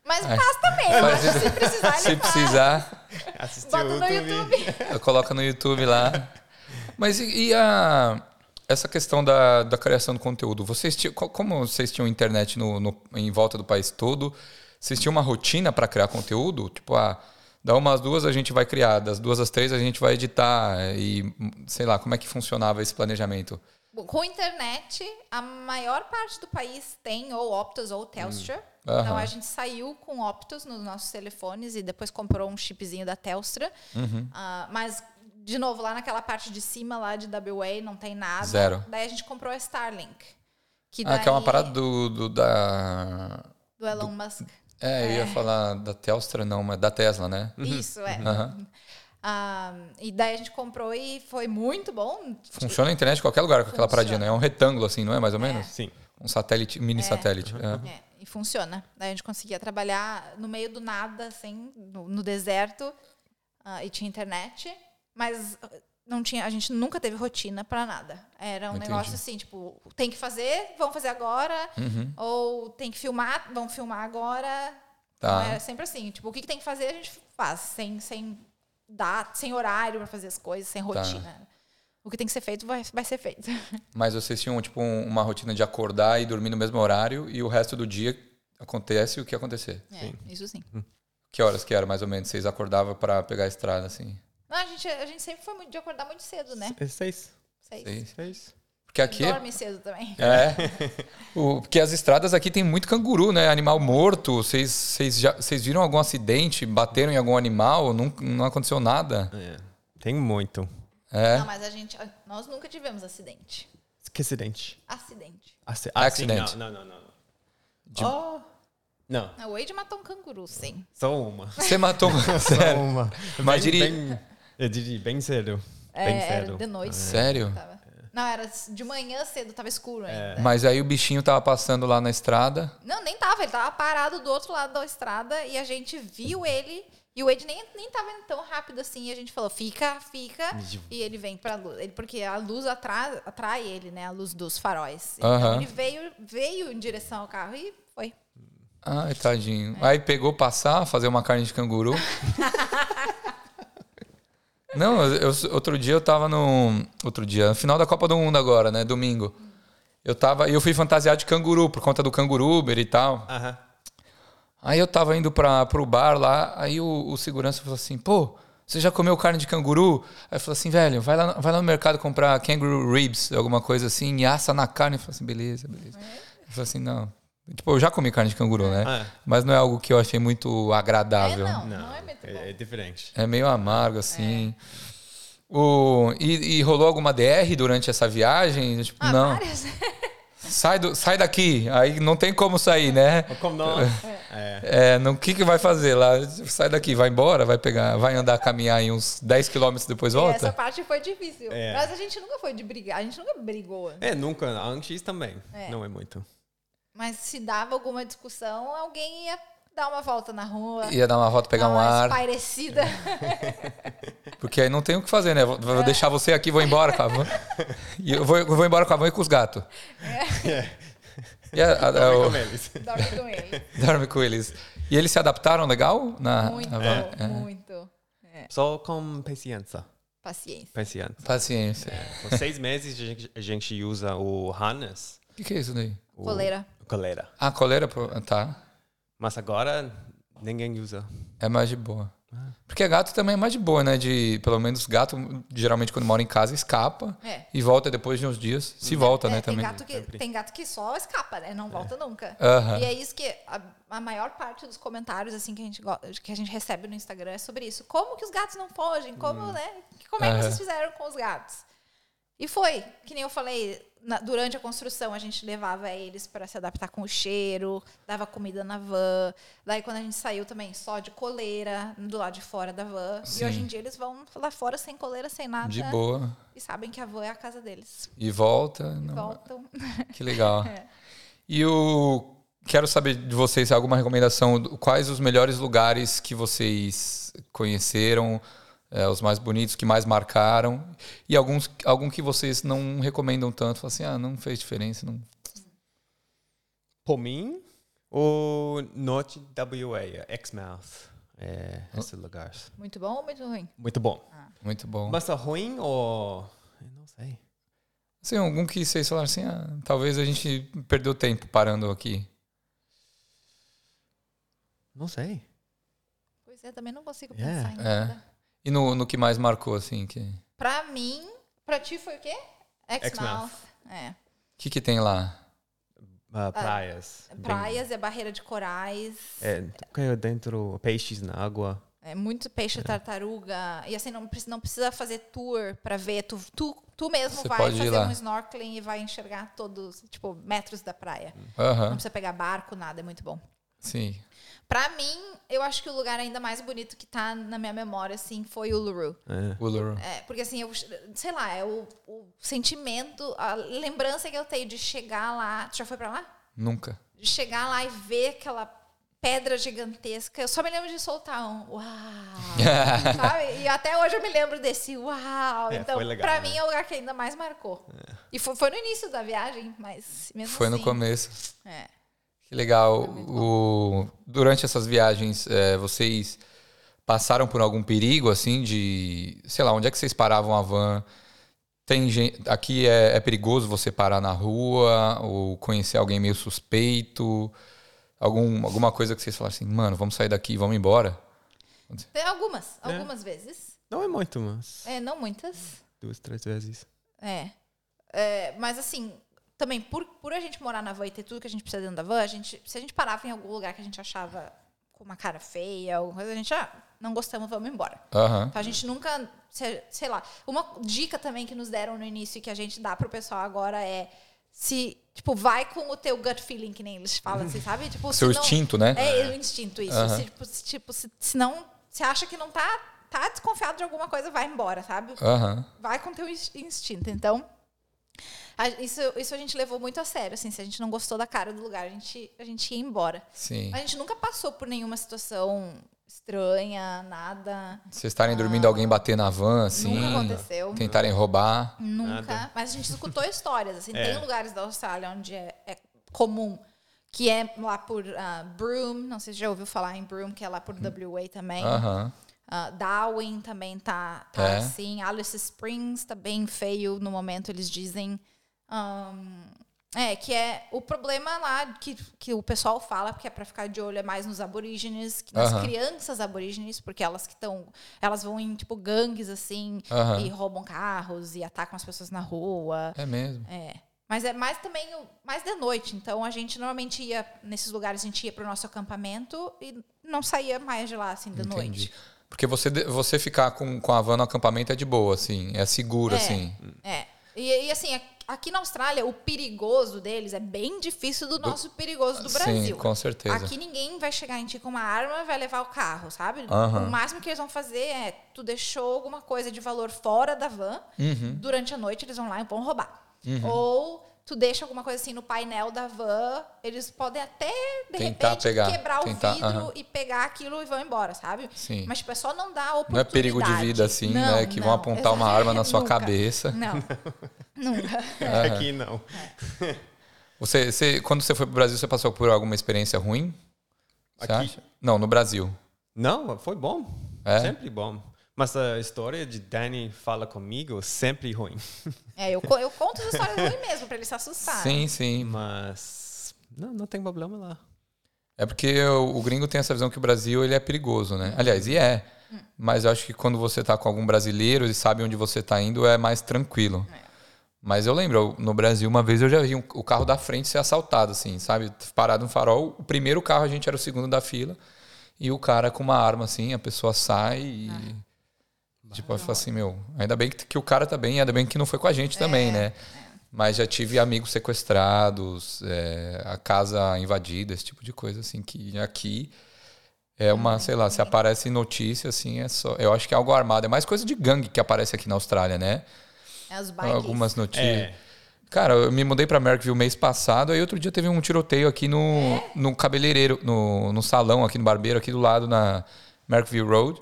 A: Mas faz também.
C: É. Faz
A: mas
C: isso.
A: se precisar, ele
C: se
A: faz.
C: precisar,
B: Assistir
A: Bota
B: o
A: no
B: YouTube.
A: YouTube.
C: coloca no YouTube lá. Mas e, e a, essa questão da, da criação do conteúdo? Vocês tinham, co- como vocês tinham internet no, no- em volta do país todo, vocês tinham uma rotina para criar conteúdo? Tipo, ah, Da uma às duas a gente vai criar, das duas às três a gente vai editar e sei lá, como é que funcionava esse planejamento?
A: Bom, Com internet, a maior parte do país tem ou Optus ou Telstra.
C: Hum. Aham.
A: Então a gente saiu com Optus nos nossos telefones e depois comprou um chipzinho da Telstra.
C: Uhum.
A: Ah, mas, de novo, lá naquela parte de cima, lá de WA, não tem nada.
C: Zero.
A: Daí a gente comprou a Starlink. Que,
C: Ah, que é uma
A: daí-
C: parada do, do- da
A: do Elon Musk.
C: É, eu ia falar da Telstra não, mas da Tesla, né?
A: Isso, é.
C: Aham.
A: Ah, e daí a gente comprou e foi muito bom.
C: Funciona a internet em qualquer lugar com aquela
A: Funciona.
C: paradinha, né? É um retângulo assim, não é mais ou menos?
B: Sim.
C: Um satélite, mini satélite. é.
A: É, e funciona. Daí a gente conseguia trabalhar no meio do nada, assim, no, no deserto, ah, e tinha internet, mas ah, não tinha, a gente nunca teve rotina pra nada. Era um
C: Entendi.
A: negócio assim, tipo, tem que fazer, vamos fazer agora,
C: é. Uhum.
A: ou tem que filmar, vamos filmar agora.
C: Tá.
A: Não era sempre assim, tipo, o que, que tem que fazer, a gente faz, sem, sem data, sem horário pra fazer as coisas,
C: Tá.
A: sem rotina. O que tem que ser feito vai, vai ser feito.
C: Mas vocês tinham tipo um- uma rotina de acordar e dormir no mesmo horário e o resto do dia acontece o que acontecer.
A: É, isso sim.
C: Hum. Que horas que era mais ou menos vocês acordavam pra pegar a estrada assim?
A: Não, a gente, a gente sempre foi muito de acordar muito cedo, né?
B: É Seis.
A: Vocês.
C: Seis?
B: Seis.
C: Porque aqui
A: Dorme cedo também.
C: É. O, porque as estradas aqui tem muito canguru, né? Animal morto. Vocês- Vocês já- vocês viram algum acidente? Bateram em algum animal? Não, não aconteceu nada?
B: É. Tem muito.
C: É.
A: Não, mas a gente. Nós nunca tivemos acidente.
B: Que acidente?
A: Acidente.
B: Aci-
C: Accidente.
B: ah, Não, não, não. não.
C: De-
B: Oh. Não,
A: O Wade matou um canguru, sim.
B: só uma.
C: Você matou.
B: Só uma.
C: Mas
B: Bem-
C: diri-
B: bem- Eu dirigi bem cedo.
A: É,
B: bem
A: era
B: cedo.
A: de noite.
C: É. Sério?
A: Tava- Não, era de manhã cedo, tava escuro
B: É.
A: ainda.
C: Mas aí o bichinho tava passando lá na estrada.
A: Não, nem tava. Ele tava parado do outro lado da estrada e a gente viu ele. E o Wade nem, nem tava indo tão rápido assim. E a gente falou, fica, fica. E ele vem pra luz. Ele, porque a luz atrai, atrai ele, né? A luz dos faróis. Então
C: Aham.
A: ele veio, veio em direção ao carro e foi.
C: Ai, tadinho. Aí pegou passar, fazer uma carne de canguru. Não, eu- eu- outro dia eu tava no. Outro dia, no final da Copa do Mundo agora, né? Domingo. Eu tava. E eu fui fantasiado de canguru, por conta do canguru Uber e tal.
B: Aham.
C: Aí eu tava indo pra, pro bar lá, aí o, o segurança falou assim, pô, você já comeu carne de canguru? Aí eu falei assim, velho, vai lá, vai lá no mercado comprar kangaroo ribs, alguma coisa assim, e assa na carne. Eu falei assim, beleza, beleza. Eu falei assim, não. Tipo, eu já comi carne de canguru, né?
B: Ah.
C: Mas não é algo que eu achei muito
A: É,
C: agradável.
A: não, não,
B: Não,
A: é muito bom.
B: é, é diferente.
C: É meio amargo, assim. O, e, e rolou alguma DR durante essa viagem? Tipo,
A: Ah,
C: não,
A: várias.
C: sai, do, sai daqui. Aí não tem como sair, né?
B: Como nós. É.
C: É, não, o que, que vai fazer lá? Sai daqui, vai embora, vai pegar, vai andar, caminhar em uns 10 quilômetros depois
A: E Essa
C: volta?
A: parte foi difícil.
B: É.
A: Mas a gente nunca foi de brigar, a gente nunca brigou.
B: É, nunca. Antes também.
A: É.
B: Não é muito.
A: Mas se dava alguma discussão, alguém ia dar uma volta na rua,
C: Ia dar uma volta, pegar
A: dar
C: um
A: uma
C: ar,
A: espairecida.
C: porque aí não tem o que fazer, né? Vou, vou deixar você aqui, vou embora com a van. E eu vou, eu vou embora com a van e com os gatos.
A: É.
C: E a- a- é
B: Também
C: o-
B: como é eles.
A: Dorme com ele.
C: dorme com eles. E eles se adaptaram legal? Na,
A: Muito,
C: na van? É.
A: muito. É,
B: Só com paciência.
A: paciência.
B: Paciência.
C: Paciência.
B: Por É. seis meses a gente, a gente usa o harness.
C: O que, que é isso daí?
B: O
A: Coleira.
B: Coleira.
C: Ah, coleira? pro- ah, Tá.
B: Mas agora ninguém usa.
C: É mais de boa. Porque gato também é mais de boa, né? De, pelo menos gato, geralmente quando mora em casa, escapa
A: É.
C: e volta depois de uns dias. Se volta,
A: É,
C: né?
A: tem,
C: Também. É.
A: gato que, tem gato que só escapa, né? Não volta nunca.
C: Aham.
A: E é isso que a, a maior parte dos comentários assim que a, gente, go- que a gente recebe no Instagram é sobre isso. Como que os gatos não fogem? Como, né? Como é que
C: Hum. Aham.
A: vocês fizeram com os gatos? E foi, que nem eu falei, na- durante a construção a gente levava eles para se adaptar com o cheiro, dava comida na van. Daí quando a gente saiu também só de coleira, do lado de fora da van.
C: Sim.
A: E hoje em dia eles vão lá fora sem coleira, sem nada.
C: De boa.
A: E sabem que a van é a casa deles.
C: E volta. não-
A: Voltam.
C: Que legal.
A: É.
C: E o. Quero saber de vocês alguma recomendação. do- Quais os melhores lugares que vocês conheceram, é, os mais bonitos, que mais marcaram. E alguns, algum que vocês não recomendam tanto. Falam assim, ah, não fez diferença. Não...
B: Por mim, o Norte WA, Exmouth. É, esse lugar.
A: Muito bom ou muito ruim?
B: Muito bom.
C: Muito bom.
B: Mas é ruim ou. Eu não sei.
C: Assim, algum que vocês falaram assim, ah, talvez a gente perdeu tempo parando aqui.
B: Não sei.
A: Pois Eu também não consigo
B: Yeah.
A: pensar em
C: É.
A: nada.
C: E no, no que mais marcou, assim? O que,
A: Pra mim, pra ti foi o quê?
B: Exmouth.
A: Exmouth. É.
C: que, que tem lá?
B: Ah, praias. Bem-
A: Praias, é barreira de corais,
B: É, caiu dentro peixes na água.
A: é muito peixe tartaruga. E assim, não, precisa- não precisa fazer tour pra ver. Tu, tu, tu mesmo
C: Você
A: vai
C: pode ir
A: fazer
C: lá.
A: um snorkeling e vai enxergar todos, tipo, metros da praia. Não
C: Aham,
A: precisa pegar barco, nada, é muito bom.
C: sim.
A: Pra mim, eu acho que o lugar ainda mais bonito que tá na minha memória, assim, foi o Uluru.
B: É.
C: Uluru.
A: É, porque assim, eu, sei lá, é o, o sentimento, a lembrança que eu tenho de chegar lá. Tu já foi pra lá?
C: Nunca.
A: De chegar lá e ver aquela pedra gigantesca. Eu só me lembro de soltar um uau! sabe? E até hoje eu me lembro desse uau!
B: É,
A: então,
B: foi legal,
A: pra
B: né?
A: mim é o lugar que ainda mais marcou. E foi, foi no início da viagem, mas mesmo
C: É. Foi
A: assim.
C: no começo.
A: É.
C: Que legal. O, durante essas viagens, é, vocês passaram por algum perigo, assim, de. Sei lá, onde é que vocês paravam a van? Tem gente. Aqui é, é perigoso você parar na rua ou conhecer alguém meio suspeito? Algum, alguma coisa que vocês falaram assim, mano, vamos sair daqui, vamos embora?
A: Tem algumas,
B: É.
A: algumas vezes.
B: Não é muito, mas
A: É, não muitas.
B: duas, três vezes.
A: É. É, mas assim, também, por, por a gente morar na van e ter tudo que a gente precisa dentro da van, a gente, se a gente parava em algum lugar que a gente achava com uma cara feia, alguma coisa, a gente, ah, não gostamos, vamos embora.
C: Aham.
A: Então a gente nunca, se- sei lá, uma dica também que nos deram no início e que a gente dá pro pessoal agora é se, tipo, vai com o teu gut feeling, que nem eles falam assim, sabe? Tipo, se
C: Seu
A: não-
C: instinto, né?
A: é o instinto isso.
C: Aham.
A: Se, tipo, se, tipo, se, se não, se acha que não tá, tá desconfiado de alguma coisa, vai embora, sabe?
C: Aham.
A: vai com teu ins- instinto. Então, a- isso, isso a gente levou muito a sério, assim, se a gente não gostou da cara do lugar, a gente, a gente ia embora.
C: Sim.
A: A gente nunca passou por nenhuma situação estranha, nada.
C: Vocês estarem dormindo, alguém bater na van, assim.
A: Ah. Nunca aconteceu.
C: Tentarem roubar.
A: Nunca.
B: Nada.
A: Mas a gente escutou histórias, assim,
B: É.
A: tem lugares da Austrália onde é, é comum. Que é lá por ah, Broome, não sei se já ouviu falar em Broome, que é lá por WA também.
C: Hum. Aham.
A: Ah, Darwin também tá, tá
C: É.
A: assim. Alice Springs tá bem feio no momento, eles dizem. Ahn, é, que é o problema lá que, que o pessoal fala, porque é pra ficar de olho, é mais nos aborígenes, que nas
C: Aham.
A: crianças aborígenes, porque elas que estão. Elas vão em, tipo, gangues assim,
C: Aham.
A: e roubam carros e atacam as pessoas na rua.
C: É mesmo.
A: É. Mas é mais também o- mais de noite. Então a gente normalmente ia nesses lugares, a gente ia pro nosso acampamento e não saía mais de lá assim de noite.
C: Entendi. Porque você, de- você ficar com, com a van no acampamento é de boa, assim. É seguro,
A: É.
C: assim.
A: É. E, e, assim, a- aqui na Austrália, o perigoso deles é bem difícil do nosso perigoso do
C: Sim,
A: Brasil.
C: com certeza.
A: Aqui ninguém vai chegar em ti com uma arma e vai levar o carro, sabe?
C: Aham.
A: O máximo que eles vão fazer é tu deixou alguma coisa de valor fora da van,
C: Uhum.
A: durante a noite eles vão lá e vão roubar. Ou tu deixa alguma coisa assim no painel da van, eles podem até de
C: Tentar
A: repente
C: pegar,
A: quebrar
C: tentar,
A: o vidro
C: aham.
A: e pegar aquilo e vão embora, sabe?
C: Sim.
A: Mas tipo, é só não dar oportunidade.
C: Não é perigo de vida, assim, né?
A: Não,
C: Que vão
A: não.
C: apontar uma arma na sua
A: Nunca. É.
C: cabeça.
A: Não. Nunca.
B: Aqui não.
C: Você, você- quando você foi pro Brasil, você passou por alguma experiência ruim? Você
B: Aqui?
C: acha? Não, no Brasil.
B: Não, foi bom.
C: É?
B: Sempre bom. Mas a história de Danny fala comigo sempre ruim.
A: É, eu, co- eu conto as histórias ruins mesmo, pra ele se assustar.
C: Sim, sim.
B: Mas não, não tem problema lá.
C: É porque o, o gringo tem essa visão que o Brasil ele é perigoso, né? Aliás, e é. Mas eu acho que quando você tá com algum brasileiro e sabe onde você tá indo, é mais tranquilo. Mas eu lembro, eu- no Brasil, uma vez eu já vi um- o carro da frente ser assaltado, assim, sabe? Parado no farol, o primeiro carro, a gente era o segundo da fila, e o cara com uma arma, assim, a pessoa sai e. Tipo, eu falo assim, meu, ainda bem que, que o cara tá bem, ainda bem que não foi com a gente também, né? Mas já tive amigos sequestrados, é, a casa invadida, esse tipo de coisa, assim, que aqui é uma, sei lá, se aparece em notícia, assim, é só. Eu acho que é algo armado. É mais coisa de gangue que aparece aqui na Austrália, né?
A: É os bikes.
C: Algumas notícias.
B: É.
C: Cara, eu me mudei pra Merckville mês passado, aí outro dia teve um tiroteio aqui no, no cabeleireiro, no, no salão aqui no barbeiro, aqui do lado na Merckville Road.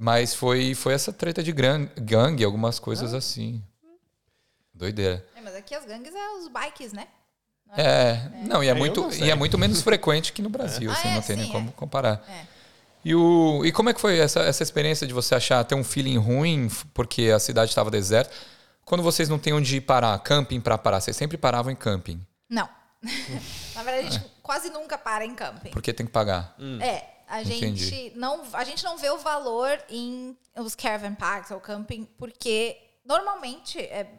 C: Mas foi, foi essa treta de gran- gangue, algumas coisas assim. Doideira.
A: É, mas aqui as gangues é os bikes, né?
C: É, não, e é,
B: eu
C: muito,
B: não sei.
C: e é muito menos frequente que no Brasil,
A: Ah,
C: assim,
A: é,
C: não tem nem
A: sim,
C: como comparar.
A: É.
C: E, o, e como é que foi essa, essa experiência de você achar ter um feeling ruim f- porque a cidade estava deserta? Quando vocês não têm onde ir parar, camping para parar, vocês sempre paravam em camping,
A: Não. Na verdade, a gente quase nunca para em camping.
C: porque tem que pagar.
A: É. A
C: Entendi.
A: gente, não, a gente não vê o valor em os caravan parks ou camping, porque normalmente é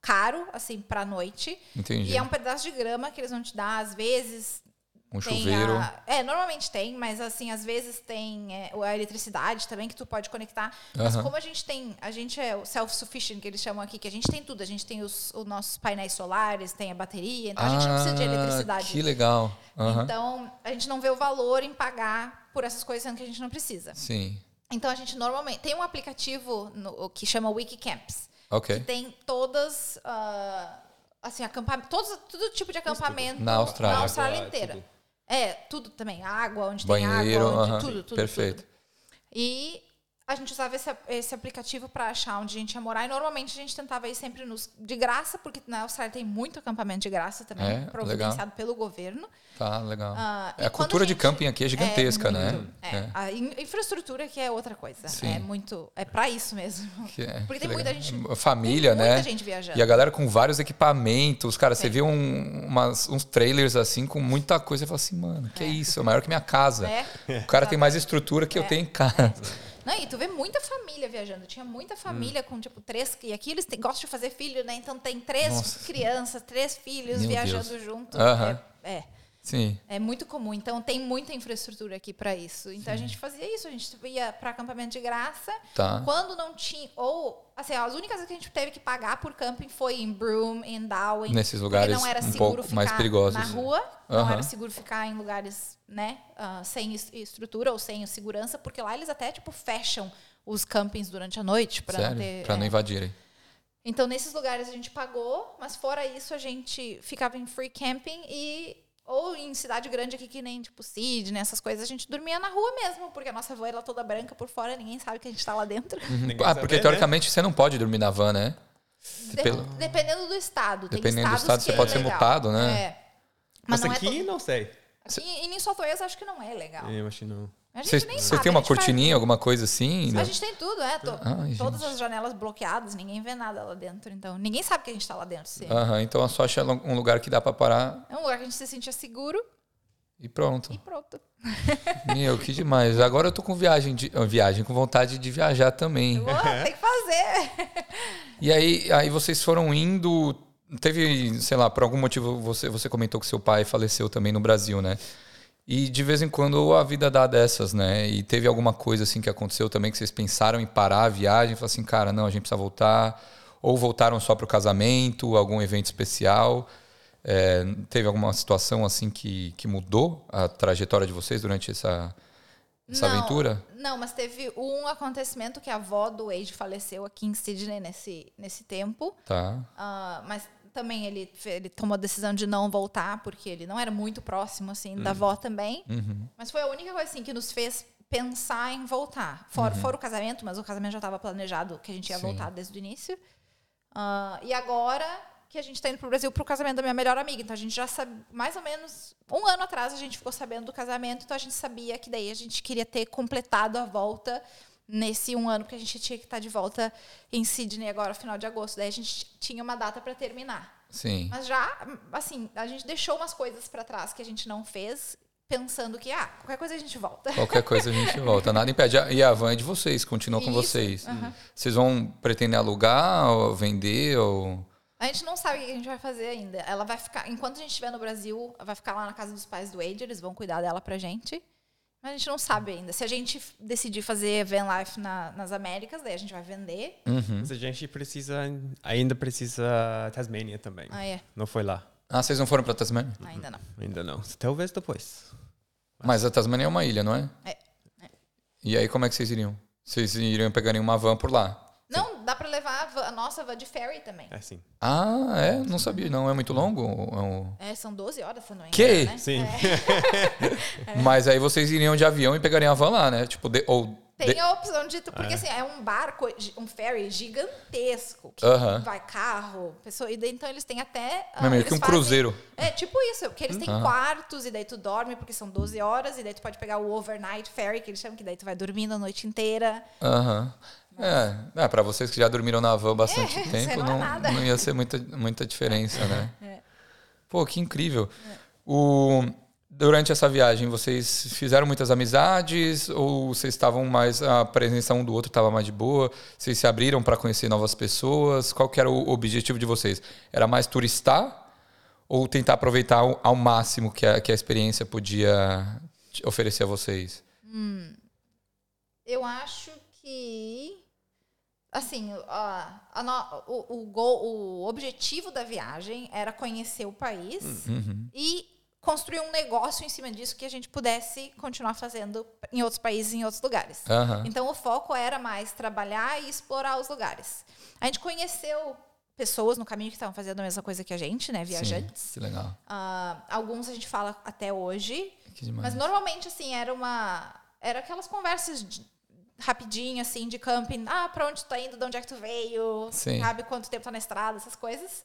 A: caro, assim, pra noite.
C: Entendi.
A: E é um pedaço de grama que eles vão te dar, às vezes.
C: Um
A: tem
C: chuveiro.
A: a- é, normalmente tem, mas assim, às vezes tem é, a eletricidade também que tu pode conectar. Mas
C: Aham.
A: como a gente tem, a gente é o self-sufficient, que eles chamam aqui, que a gente tem tudo. A gente tem os, os nossos painéis solares, tem a bateria, então a gente não precisa de
C: Ah,
A: eletricidade.
C: Que legal. Aham.
A: Então, a gente não vê o valor em pagar por essas coisas, sendo que a gente não precisa.
C: Sim.
A: Então, a gente normalmente... Tem um aplicativo no- que chama Wikicamps, que
C: Ok.
A: tem todas... ah, assim, acampamento... Todos, todo tipo de acampamento
C: Na Austrália.
A: na Austrália
B: Água,
A: inteira.
B: tudo.
A: É, tudo também. Água, onde tem
C: Banheiro.
A: água, onde,
C: aham.
A: tudo, tudo.
C: Perfeito.
A: tudo. E a gente usava esse, esse aplicativo para achar onde a gente ia morar. E normalmente a gente tentava ir sempre nos de graça, porque na Austrália tem muito acampamento de graça também,
C: É? Legal.
A: providenciado pelo governo.
C: Tá, legal.
A: Ah,
C: É,
A: e
C: a
A: quando
C: cultura
A: a
C: de
A: gente-
C: camping aqui é gigantesca, né?
A: muito. É, A in- infraestrutura que é outra coisa.
C: Sim.
A: É muito. É pra isso mesmo.
C: Que é,
A: Porque
C: que
A: tem muita
C: legal.
A: gente.
C: Família,
A: tem muita
C: né?
A: gente viajando.
C: E a galera com vários equipamentos. Cara, você vê um- umas- uns trailers assim com muita coisa e fala assim, mano, que isso? É maior que minha casa.
A: É.
C: O cara tem mais estrutura que eu tenho em casa.
A: Não, e tu vê muita família viajando. Tinha muita família com, tipo, três. E aqui eles têm- gostam de fazer filho, né? Então tem três
C: Nossa.
A: crianças, três filhos
C: Meu
A: viajando
C: Deus.
A: junto.
C: Aham.
A: É, é.
C: Sim.
A: É muito comum, então tem muita infraestrutura aqui pra isso. Então a gente fazia isso, a gente ia pra acampamento de graça.
C: Tá.
A: Quando não tinha ou assim, as únicas coisas que a gente teve que pagar por camping foi em Broome, em Darwin,
C: Nesses
A: porque
C: lugares
A: não era
C: um
A: seguro
C: pouco
A: ficar
C: mais perigosos. né?
A: na rua, não
C: Aham.
A: era seguro ficar em lugares, né, ah, sem es- estrutura ou sem segurança, porque lá eles até tipo fecham os campings durante a noite para não
C: Sério?
A: ter
C: pra
A: é.
C: não invadirem.
A: Então, nesses lugares a gente pagou, mas fora isso a gente ficava em free camping e ou em cidade grande aqui que nem tipo Sydney, essas coisas, a gente dormia na rua mesmo, porque a nossa van era toda branca por fora, ninguém sabe que a gente tá lá dentro.
B: Ninguém
C: ah,
B: sabe,
C: porque
B: né?
C: teoricamente você não pode dormir na van, né?
A: De-
C: pelo-
A: Dependendo do estado. Tem
C: Dependendo do
A: estados
C: estado,
A: que
C: você
A: é
C: pode ser
A: legal.
C: multado, né?
A: É. Mas,
B: Mas
A: não
B: aqui,
A: é
B: não sei.
A: todo... aqui em New South Wales acho que não é legal.
B: Eu acho que não.
A: A gente
C: Vocês
A: nem
C: vocês
A: sabe.
C: têm
A: a
C: uma
A: gente faz-
C: cortininha, alguma coisa assim?
A: A gente tem tudo, é. to-
C: Ai,
A: todas
C: gente.
A: as janelas bloqueadas, ninguém vê nada lá dentro. Então, ninguém sabe que a gente tá lá dentro. sim.
C: Aham, então só acha um lugar que dá pra parar
A: É um lugar que a gente se sentia seguro
C: e pronto.
A: e pronto.
C: Meu, que demais. Agora eu tô com viagem, de, ah, viagem com vontade de viajar também.
A: Boa, tem que fazer.
C: E aí, aí vocês foram indo. Teve, sei lá, por algum motivo você, você comentou que seu pai faleceu também no Brasil, né? E de vez em quando a vida dá dessas, né? E teve alguma coisa assim que aconteceu também que vocês pensaram em parar a viagem, falar assim, cara, não, a gente precisa voltar. Ou voltaram só pro casamento, algum evento especial. É, teve alguma situação assim que, que mudou a trajetória de vocês durante essa, essa
A: Não.
C: aventura?
A: Não, mas teve um acontecimento que a avó do Wade faleceu aqui em Sydney nesse, nesse tempo.
C: Tá.
A: Ah, mas também ele, fe- ele tomou a decisão de não voltar, porque ele não era muito próximo, assim,
C: Hum.
A: da avó também.
C: Uhum.
A: Mas foi a única coisa, assim, que nos fez pensar em voltar. Fora, fora o casamento, mas o casamento já estava planejado que a gente ia
C: Sim.
A: voltar desde o início. Ah, e agora que a gente está indo pro Brasil pro casamento da minha melhor amiga. Então a gente já sabe, mais ou menos um ano atrás a gente ficou sabendo do casamento, então a gente sabia que daí a gente queria ter completado a volta nesse um ano, porque a gente tinha que estar de volta em Sydney agora, final de agosto. Daí a gente tinha uma data para terminar.
C: Sim.
A: Mas já, assim, a gente deixou umas coisas para trás que a gente não fez, pensando que, ah, qualquer coisa a gente volta.
C: Qualquer coisa a gente volta. Nada impede. E a van é de vocês, continua com
A: Isso,
C: vocês.
A: aham.
C: Vocês vão pretender alugar ou vender ou.
A: A gente não sabe o que a gente vai fazer ainda. Ela vai ficar, enquanto a gente estiver no Brasil, ela vai ficar lá na casa dos pais do Wade, eles vão cuidar dela pra gente. Mas a gente não sabe ainda. Se a gente f- decidir fazer Van Life na- nas Américas, daí a gente vai vender.
C: Uhum.
B: Mas a gente precisa, ainda precisa Tasmania também.
A: Ah, é. Ah,
B: Não foi lá.
C: Ah, vocês não foram pra Tasmania?
A: Ainda não.
B: Ainda não. Talvez depois.
C: Mas a Tasmania é uma ilha, não é?
A: É.
C: E aí como é que vocês iriam? Vocês iriam pegar uma van por lá?
A: Não, dá pra levar a, van- a nossa van de ferry também.
B: É assim.
C: Ah, é? Não sabia. Não é muito longo? É um-
A: É, são 12 horas, se eu não me engano,
C: Que?
A: né?
B: Sim.
A: É.
C: Mas aí vocês iriam de avião e pegariam a van lá, né? Tipo, de- ou.
A: Tem
C: de-
A: a opção de tu, porque assim, é um barco, gi- um ferry gigantesco, que
C: Aham.
A: vai carro, pessoa, e daí, então eles têm até... ah,
C: Não, meio
A: eles
C: que um
A: fazem-
C: cruzeiro.
A: É, tipo isso, porque eles têm quartos e daí tu dorme, porque são 12 horas, e daí tu pode pegar o overnight ferry, que eles chamam, que daí tu vai dormindo a noite inteira.
C: Aham. É, é, pra vocês que já dormiram na van bastante
A: É, isso
C: tempo,
A: aí não é
C: não,
A: nada.
C: não ia ser muita, muita diferença, né?
A: É.
C: Pô, que incrível. O, Durante essa viagem, vocês fizeram muitas amizades ou vocês estavam mais a presença um do outro estava mais de boa? Vocês se abriram para conhecer novas pessoas? Qual que era o objetivo de vocês? Era mais turistar ou tentar aproveitar ao, ao máximo que a, que a experiência podia te oferecer a vocês?
A: Eu acho que. Assim, a- a no- o, o, gol- o objetivo da viagem era conhecer o país
C: Uhum.
A: e construir um negócio em cima disso que a gente pudesse continuar fazendo em outros países, em outros lugares.
C: Aham.
A: Então o foco era mais trabalhar e explorar os lugares. A gente conheceu pessoas no caminho que estavam fazendo a mesma coisa que a gente, né? Viajantes.
C: Sim, que legal.
A: Ah, alguns a gente fala até hoje,
C: Que demais.
A: mas normalmente, assim, era uma. Era aquelas conversas de- rapidinho, assim, de camping. Ah, pra onde tu tá indo? De onde é que tu veio?
C: Sim.
A: Sabe quanto tempo tá na estrada? Essas coisas.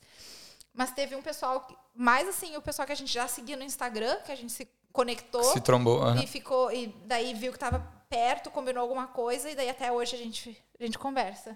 A: Mas teve um pessoal. que- Mais assim, o pessoal que a gente já seguia no Instagram, que a gente se conectou
C: Se trombou. aham.
A: e ficou. E daí viu que tava perto, combinou alguma coisa, e daí até hoje a gente, a gente conversa.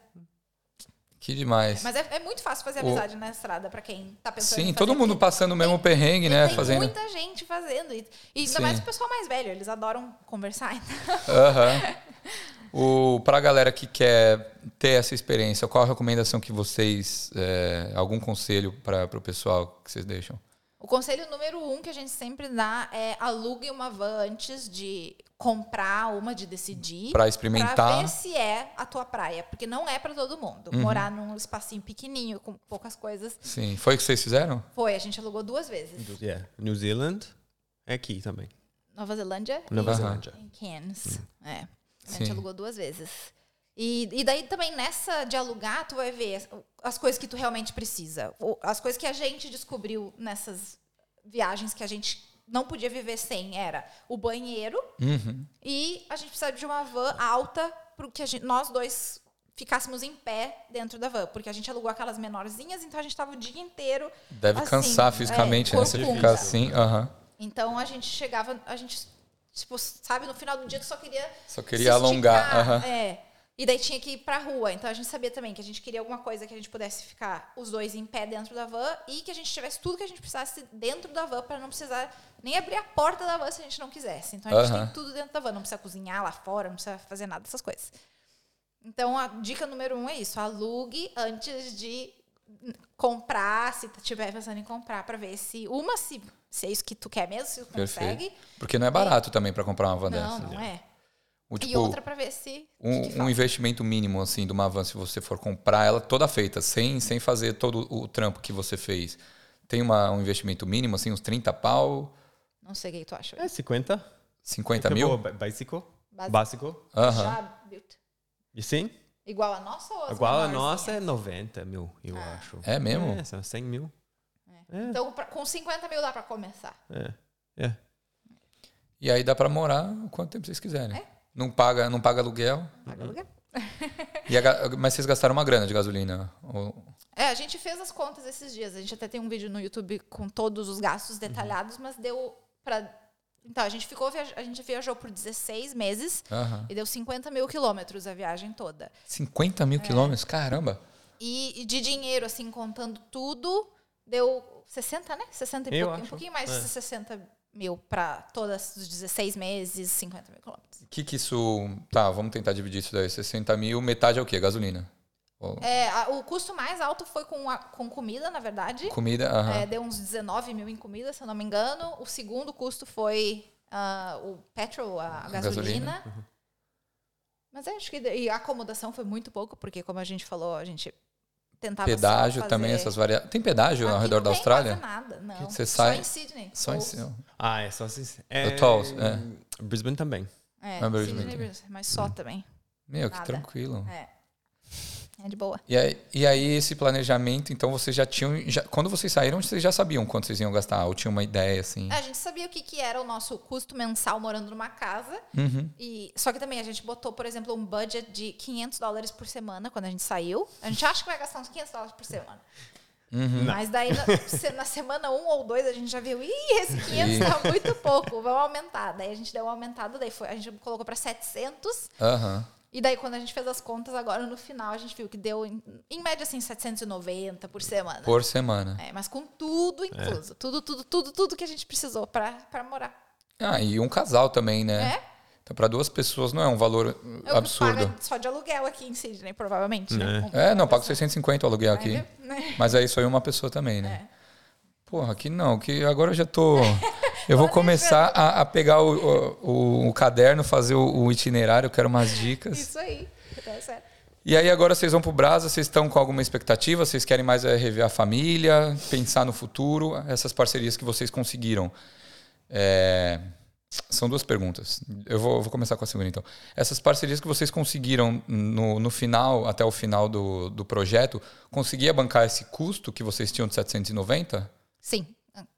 C: Que demais.
A: Mas é, é muito fácil fazer
C: O-
A: amizade na estrada, pra quem tá pensando.
C: Sim,
A: em
C: todo
A: fazer
C: mundo
A: trilha.
C: passando o mesmo perrengue,
A: E
C: né?
A: Tem
C: Fazendo.
A: muita gente fazendo. E, e ainda
C: Sim.
A: mais o pessoal mais velho, eles adoram conversar. então.
C: Aham. O Pra galera que quer ter essa experiência, qual a recomendação que vocês. é, algum conselho para o pessoal que vocês deixam?
A: O conselho número um que a gente sempre dá é alugue uma van antes de comprar uma, de decidir.
C: Para
A: Pra
C: experimentar.
A: ver se é a tua praia. Porque não é pra todo mundo.
C: Uhum.
A: Morar num espacinho pequenininho, com poucas coisas.
C: Sim. Foi o que vocês fizeram?
A: Foi, a gente alugou duas vezes.
B: Yeah. New Zealand é aqui também.
A: Nova Zelândia
B: Nova
A: e
C: Aham.
B: Zelândia.
A: em Cairns. É. A gente
C: Sim.
A: alugou duas vezes. E, e daí também nessa de alugar, tu vai ver as, as coisas que tu realmente precisa. Ou As coisas que a gente descobriu nessas viagens que a gente não podia viver sem era o banheiro
C: Uhum.
A: e a gente precisava de uma van alta para que a gente- nós dois ficássemos em pé dentro da van. Porque a gente alugou aquelas menorzinhas, então a gente estava o dia inteiro
C: Deve
A: Assim,
C: cansar
A: é,
C: fisicamente, né? Você
A: corcunda.
C: ficar assim. aham.
A: Então a gente chegava, a gente, tipo, sabe, no final do dia tu só queria.
C: Só
A: se
C: queria alongar.
A: esticar,
C: aham.
A: É. E daí tinha que ir pra rua. Então a gente sabia também que a gente queria alguma coisa que a gente pudesse ficar os dois em pé dentro da van e que a gente tivesse tudo que a gente precisasse dentro da van pra não precisar nem abrir a porta da van se a gente não quisesse. Então a gente
C: Aham.
A: tem tudo dentro da van. Não precisa cozinhar lá fora, não precisa fazer nada dessas coisas. Então a dica número um é isso: alugue antes de comprar, se tiver pensando em comprar, pra ver se uma se, se é isso que tu quer mesmo, se tu consegue.
C: Porque não é barato também para comprar uma van
A: Não,
C: dessa.
A: não é.
C: O,
A: e
C: tipo,
A: outra pra ver se o que que
C: um, um
A: falta.
C: investimento mínimo assim de uma van, se você for comprar ela toda feita, sem, sem fazer todo o trampo que você fez, tem uma, um investimento mínimo, assim, uns 30 pau,
A: Não sei o que que tu acha.
B: É 50.
C: 50
B: Acabou
C: mil?
B: o ba- Básico.
A: Básico.
B: Básico.
C: Aham.
A: Já, built.
B: E sim,
A: Igual a nossa ou as
B: igual a
A: menorzinhas?
B: nossa é 90 mil, eu acho.
C: É mesmo?
B: É, são 100 mil.
A: Então, pra- com 50 mil dá pra começar.
B: É. É.
C: E aí dá pra morar o quanto tempo vocês
A: É?
C: quiserem. Não paga, não paga aluguel.
A: Paga
B: Uhum.
A: aluguel.
C: E a ga- mas vocês gastaram uma grana de gasolina. Ou-
A: É, a gente fez as contas esses dias. A gente até tem um vídeo no YouTube com todos os
B: Uhum.
A: gastos detalhados, mas deu pra. Então, a gente ficou, viaj- a gente viajou por 16 meses
C: Aham.
A: e deu 50 mil quilômetros a viagem toda.
C: 50
A: É.
C: mil quilômetros? Caramba.
A: E, e de dinheiro, assim, contando tudo, deu 60, né? 60 e
B: Eu
A: pouquinho, um
B: acho.
A: pouquinho mais
B: É.
A: de 60 mil pra todas os 16 meses, 50 mil quilômetros.
C: O que que isso... Tá, vamos tentar dividir isso daí. 60 mil, metade é o quê? Gasolina. Ou-
A: É, a- o custo mais alto foi com, a- com comida, na verdade.
C: Comida, aham.
A: É, deu uns 19 mil em comida, se eu não me engano. O segundo custo foi ah, o petrol, a, a gasolina.
C: Gasolina. uhum.
A: Mas eu acho que. E a acomodação foi muito pouco, porque, como a gente falou, a gente tentava. só
C: Pedágio
A: fazer-
C: também, essas variáveis. Tem pedágio ao
A: Aqui
C: redor
A: não
C: da
A: tem
C: Austrália?
A: quase nada, não.
C: Você
A: só
C: sai-
A: em Sydney.
C: Só em
A: Ou-
C: cima.
B: Ah, é só assim. É,
C: É Tolls, é.
B: Brisbane também.
A: É,
C: Ah, Brisbane.
A: Sydney, Brisbane, mas
C: Uhum.
A: só também.
C: Meu, que
A: Nada.
C: tranquilo.
A: É. É de boa.
C: E aí, e aí esse planejamento, então vocês já tinham. já- quando vocês saíram, vocês já sabiam quanto vocês iam gastar, ou tinha uma ideia assim.
A: É, A gente sabia o que, que era o nosso custo mensal morando numa casa.
C: Uhum.
A: E, só que também a gente botou, por exemplo, um budget de 500 dólares por semana quando a gente saiu. A gente acha que vai gastar uns 500 dólares por semana. Mas daí na, se- na semana um ou dois a gente já viu, ih, esse 500 tá um muito pouco, vamos aumentar. Daí a gente deu uma aumentada, daí foi, a gente colocou pra 700.
C: Aham.
A: E daí, quando a gente fez as contas, agora no final, a gente viu que deu, em, em média, assim, 790 por semana.
C: Por semana.
A: É, mas com tudo incluso. Tudo, tudo, tudo, tudo que a gente precisou pra, pra morar.
C: Ah, e um casal também, né?
A: É?
C: Então, pra duas pessoas não é um valor
A: Eu
C: absurdo.
A: pago só de aluguel aqui em Sydney, provavelmente. Né? Uma-
C: É,
A: uma
C: não, pago
A: pessoa.
C: 650 o aluguel aqui.
A: Né?
C: Mas aí só eu uma pessoa também, né?
A: É.
C: Porra, que não, que agora eu já tô. Eu vou começar a, a pegar o, o, o caderno, fazer o, o itinerário, eu quero umas dicas.
A: Isso aí. Tá certo.
C: E aí agora vocês vão pro Brasa, vocês estão com alguma expectativa? Vocês querem mais é, rever a família, pensar no futuro? Essas parcerias que vocês conseguiram. É, São duas perguntas. Eu vou, vou começar com a segunda, então. Essas parcerias que vocês conseguiram no, no final, até o final do, do projeto, conseguia bancar esse custo que vocês tinham de 790?
A: Sim.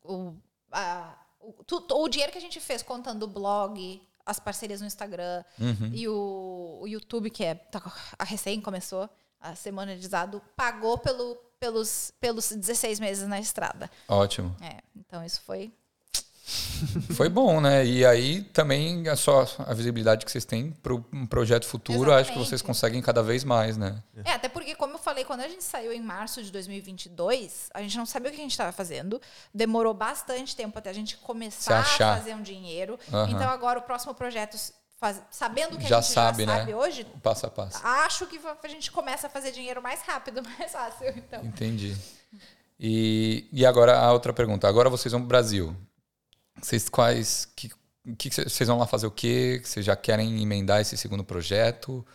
A: O, a- o, tu- o dinheiro que a gente fez contando o blog, as parcerias no Instagram
C: Uhum.
A: e o, o YouTube, que é tá co- a recém começou, a semana de Zado, pagou pelo, pelos, pelos 16 meses na estrada.
C: Ótimo.
A: É, então isso foi.
C: Foi bom, né? E aí também a, só a visibilidade que vocês têm para um projeto futuro, acho que
A: Exatamente.
C: vocês conseguem cada vez mais, né?
A: É, até porque, como eu falei, quando a gente saiu em março de 2022, a gente não sabia o que a gente estava fazendo. Demorou bastante tempo até a gente
C: Se
A: começar a
C: achar.
A: fazer um dinheiro.
C: Aham.
A: Então agora o próximo projeto, faz- sabendo que
C: Já
A: a gente
C: sabe,
A: já
C: né?
A: sabe hoje,
C: Passo a passo.
A: acho que a gente começa a fazer dinheiro mais rápido, mais fácil. Então,
C: Entendi. E, e agora a outra pergunta. Agora vocês vão pro Brasil. Vocês quais. Que, que que cê- vocês vão lá fazer o quê? Vocês já querem emendar esse segundo projeto?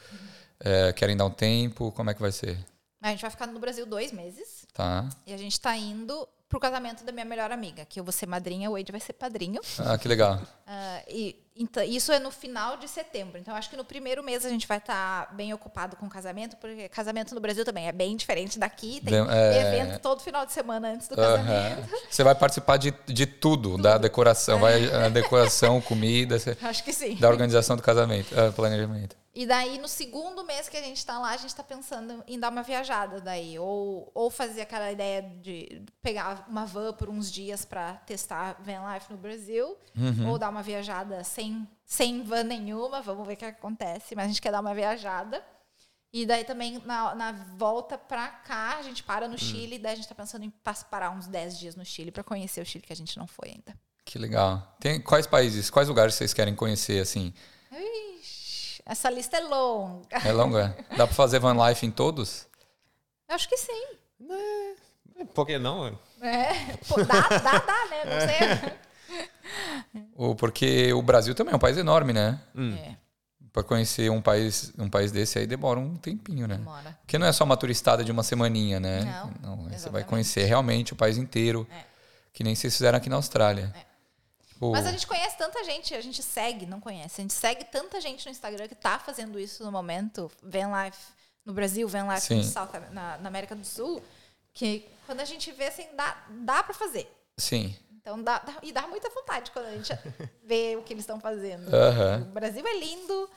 C: É, querem dar um tempo? Como é que vai ser?
A: a gente vai ficar no Brasil dois meses
C: Tá.
A: e a gente tá indo pro casamento da minha melhor amiga, que eu vou ser madrinha, o Wade vai ser padrinho.
C: Ah, que legal.
A: Ah, e então, isso é no final de setembro. Então, acho que no primeiro mês a gente vai estar bem ocupado com casamento, porque casamento no Brasil também é bem diferente daqui. Tem
C: Dem- é.
A: evento todo final de semana antes do casamento. É.
C: Aham. Você vai participar de, de tudo, da decoração. Vai a decoração, comida, cê-
A: Acho que sim.
C: da organização do casamento, ah, planejamento.
A: E daí, no segundo mês que a gente tá lá, a gente tá pensando em dar uma viajada daí. Ou, ou fazer aquela ideia de pegar uma van por uns dias pra testar Van Life no Brasil. Ou dar uma viajada sem, sem van nenhuma. Vamos ver o que acontece. Mas a gente quer dar uma viajada. E daí também, na, na volta pra cá, a gente para no Chile. Daí a gente tá pensando em pas- parar uns 10 dias no Chile pra conhecer o Chile, que a gente não foi ainda.
C: Que legal. Tem, quais países, quais lugares vocês querem conhecer, assim?
A: Ixi, essa lista é longa.
C: É longo, é? Dá pra fazer van life em todos?
A: Eu acho que sim.
B: Por que não?
A: É, pô, dá, dá, dá, né? Não sei.
C: Ou porque o Brasil também é um país enorme, né?
A: É,
C: Pra conhecer um país, um país desse aí demora um tempinho, né?
A: demora.
C: Porque não é só uma turistada de uma semaninha, né?
A: Não,
C: aí você vai
A: exatamente.
C: conhecer realmente o país inteiro,
A: É.
C: que nem vocês fizeram aqui na Austrália. Tipo,
A: Mas a gente conhece tanta gente, a gente segue, não conhece. A gente segue tanta gente no Instagram que tá fazendo isso no momento, Van Life no Brasil, Van Life
C: Sim.
A: no South, na, na América do Sul, que quando a gente vê, assim, dá, dá pra fazer.
C: Sim.
A: Então, dá, dá- e dá muita vontade quando a gente vê o que eles estão fazendo.
C: Aham.
A: O Brasil é lindo,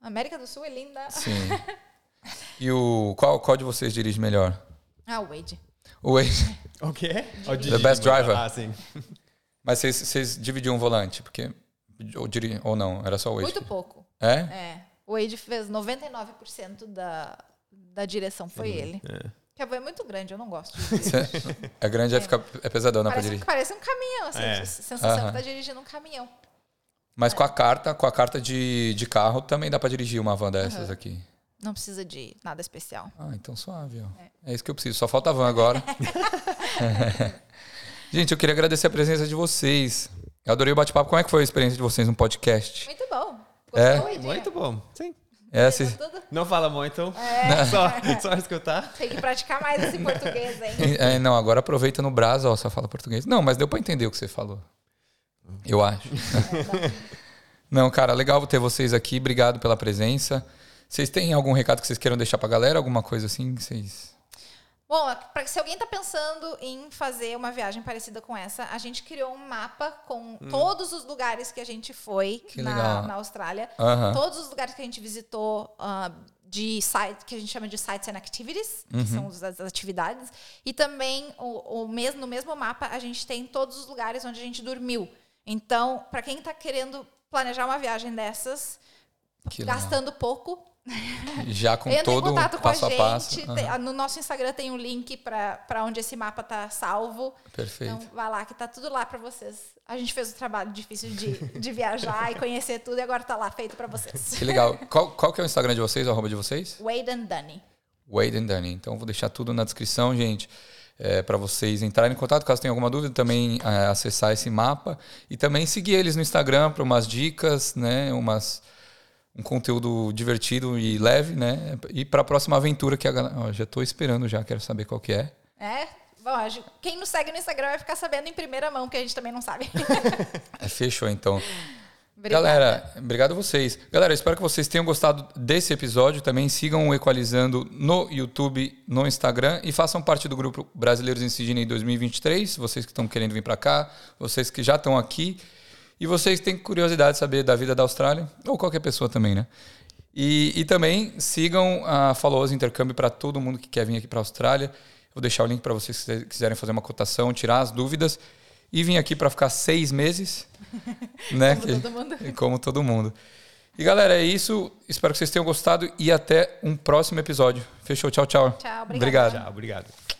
A: a América do Sul é linda.
C: Sim. E o qual, qual de vocês dirige melhor?
A: Ah, o Wade.
C: O ex.
B: O quê? O
C: The best driver.
B: Ah, sim.
C: Mas vocês, vocês dividiam o volante, porque ou, diri... ou não, era só o ex.
A: Muito pouco.
C: É?
A: É. O Wade fez 99% da, da direção, foi ele. Que a van é muito grande, eu não gosto. de dirigir.
C: Cê- A grande é, ficar, é pesadona pra
A: Parece,
C: dirigir.
A: parece um caminhão, assim,
B: É.
A: a sensação
C: Aham.
A: que tá dirigindo um caminhão.
C: Mas com a carta, com a carta de, de carro, também dá pra dirigir uma van dessas aqui.
A: Não precisa de nada especial.
C: Ah, então suave, ó. É. isso que eu preciso. Só falta a van agora. Gente, eu queria agradecer a presença de vocês. Eu adorei o bate-papo. Como é que foi a experiência de vocês no podcast?
A: Muito bom.
C: É.
A: Wade?
B: Muito bom. Sim.
C: É,
A: Fez
C: vocês-
A: tudo.
B: Não fala muito.
A: É,
B: Só, só escutar.
A: tem que praticar mais esse português, hein?
C: É, não, agora aproveita no Brás, ó, só fala português. Não, mas deu pra entender o que você falou. Eu acho. não, cara, legal ter vocês aqui. Obrigado pela presença. Vocês têm algum recado que vocês queiram deixar pra galera? Alguma coisa assim que vocês...
A: Bom, pra- se alguém tá pensando em fazer uma viagem parecida com essa, a gente criou um mapa com todos os lugares que a gente foi
C: Hum. Que legal.
A: na, na Austrália.
C: Aham.
A: todos os lugares que a gente visitou ah, de site, que a gente chama de sites and activities,
C: Uhum.
A: que são as, as atividades, e também o, o mesmo, no mesmo mapa a gente tem todos os lugares tá onde a gente dormiu. Então, para quem está querendo planejar uma viagem dessas,
C: Que legal.
A: gastando pouco.
C: Já com
A: Entra
C: todo
A: em contato
C: o
A: com
C: passo
A: a
C: a,
A: gente.
C: passo.
A: tem- ah,
C: Aham,
A: No nosso Instagram tem um link pra pra onde esse mapa tá salvo.
C: Perfeito.
A: Então vai lá que tá tudo lá pra vocês. A gente fez o trabalho difícil de, de viajar e conhecer tudo e agora tá lá feito pra vocês.
C: Que legal. Qual, qual que é o Instagram de vocês, o arroba de vocês?
A: Wade and Dunny.
C: Wade and Dunny. Então vou deixar tudo na descrição, gente, é, para vocês entrarem em contato, caso tenham alguma dúvida, também é, acessar esse mapa e também seguir eles no Instagram para umas dicas, né, umas um conteúdo divertido e leve, né? E para a próxima aventura que a galera, ó, já tô esperando já, quero saber qual que é.
A: É? Bom, a gente- quem nos segue no Instagram vai ficar sabendo em primeira mão, que a gente também não sabe.
C: É, fechou então.
A: Obrigada.
C: Galera, obrigado a vocês. Galera, espero que vocês tenham gostado desse episódio. Também sigam o Equalizando no YouTube, no Instagram e façam parte do grupo Brasileiros em Sydney 2023. Vocês que estão querendo vir para cá, vocês que já estão aqui e vocês que têm curiosidade de saber da vida da Austrália ou qualquer pessoa também, né? E, e também sigam a Follow Us Intercâmbio para todo mundo que quer vir aqui para a Austrália. Vou deixar o link para vocês que quiserem fazer uma cotação, tirar as dúvidas e vir aqui para ficar seis meses, né?
A: Como
C: que-
A: todo mundo.
C: como todo mundo. E galera, é isso. Espero que vocês tenham gostado e até um próximo episódio. Fechou, tchau, tchau.
A: Tchau, obrigada.
C: Obrigado.
B: Tchau, obrigado.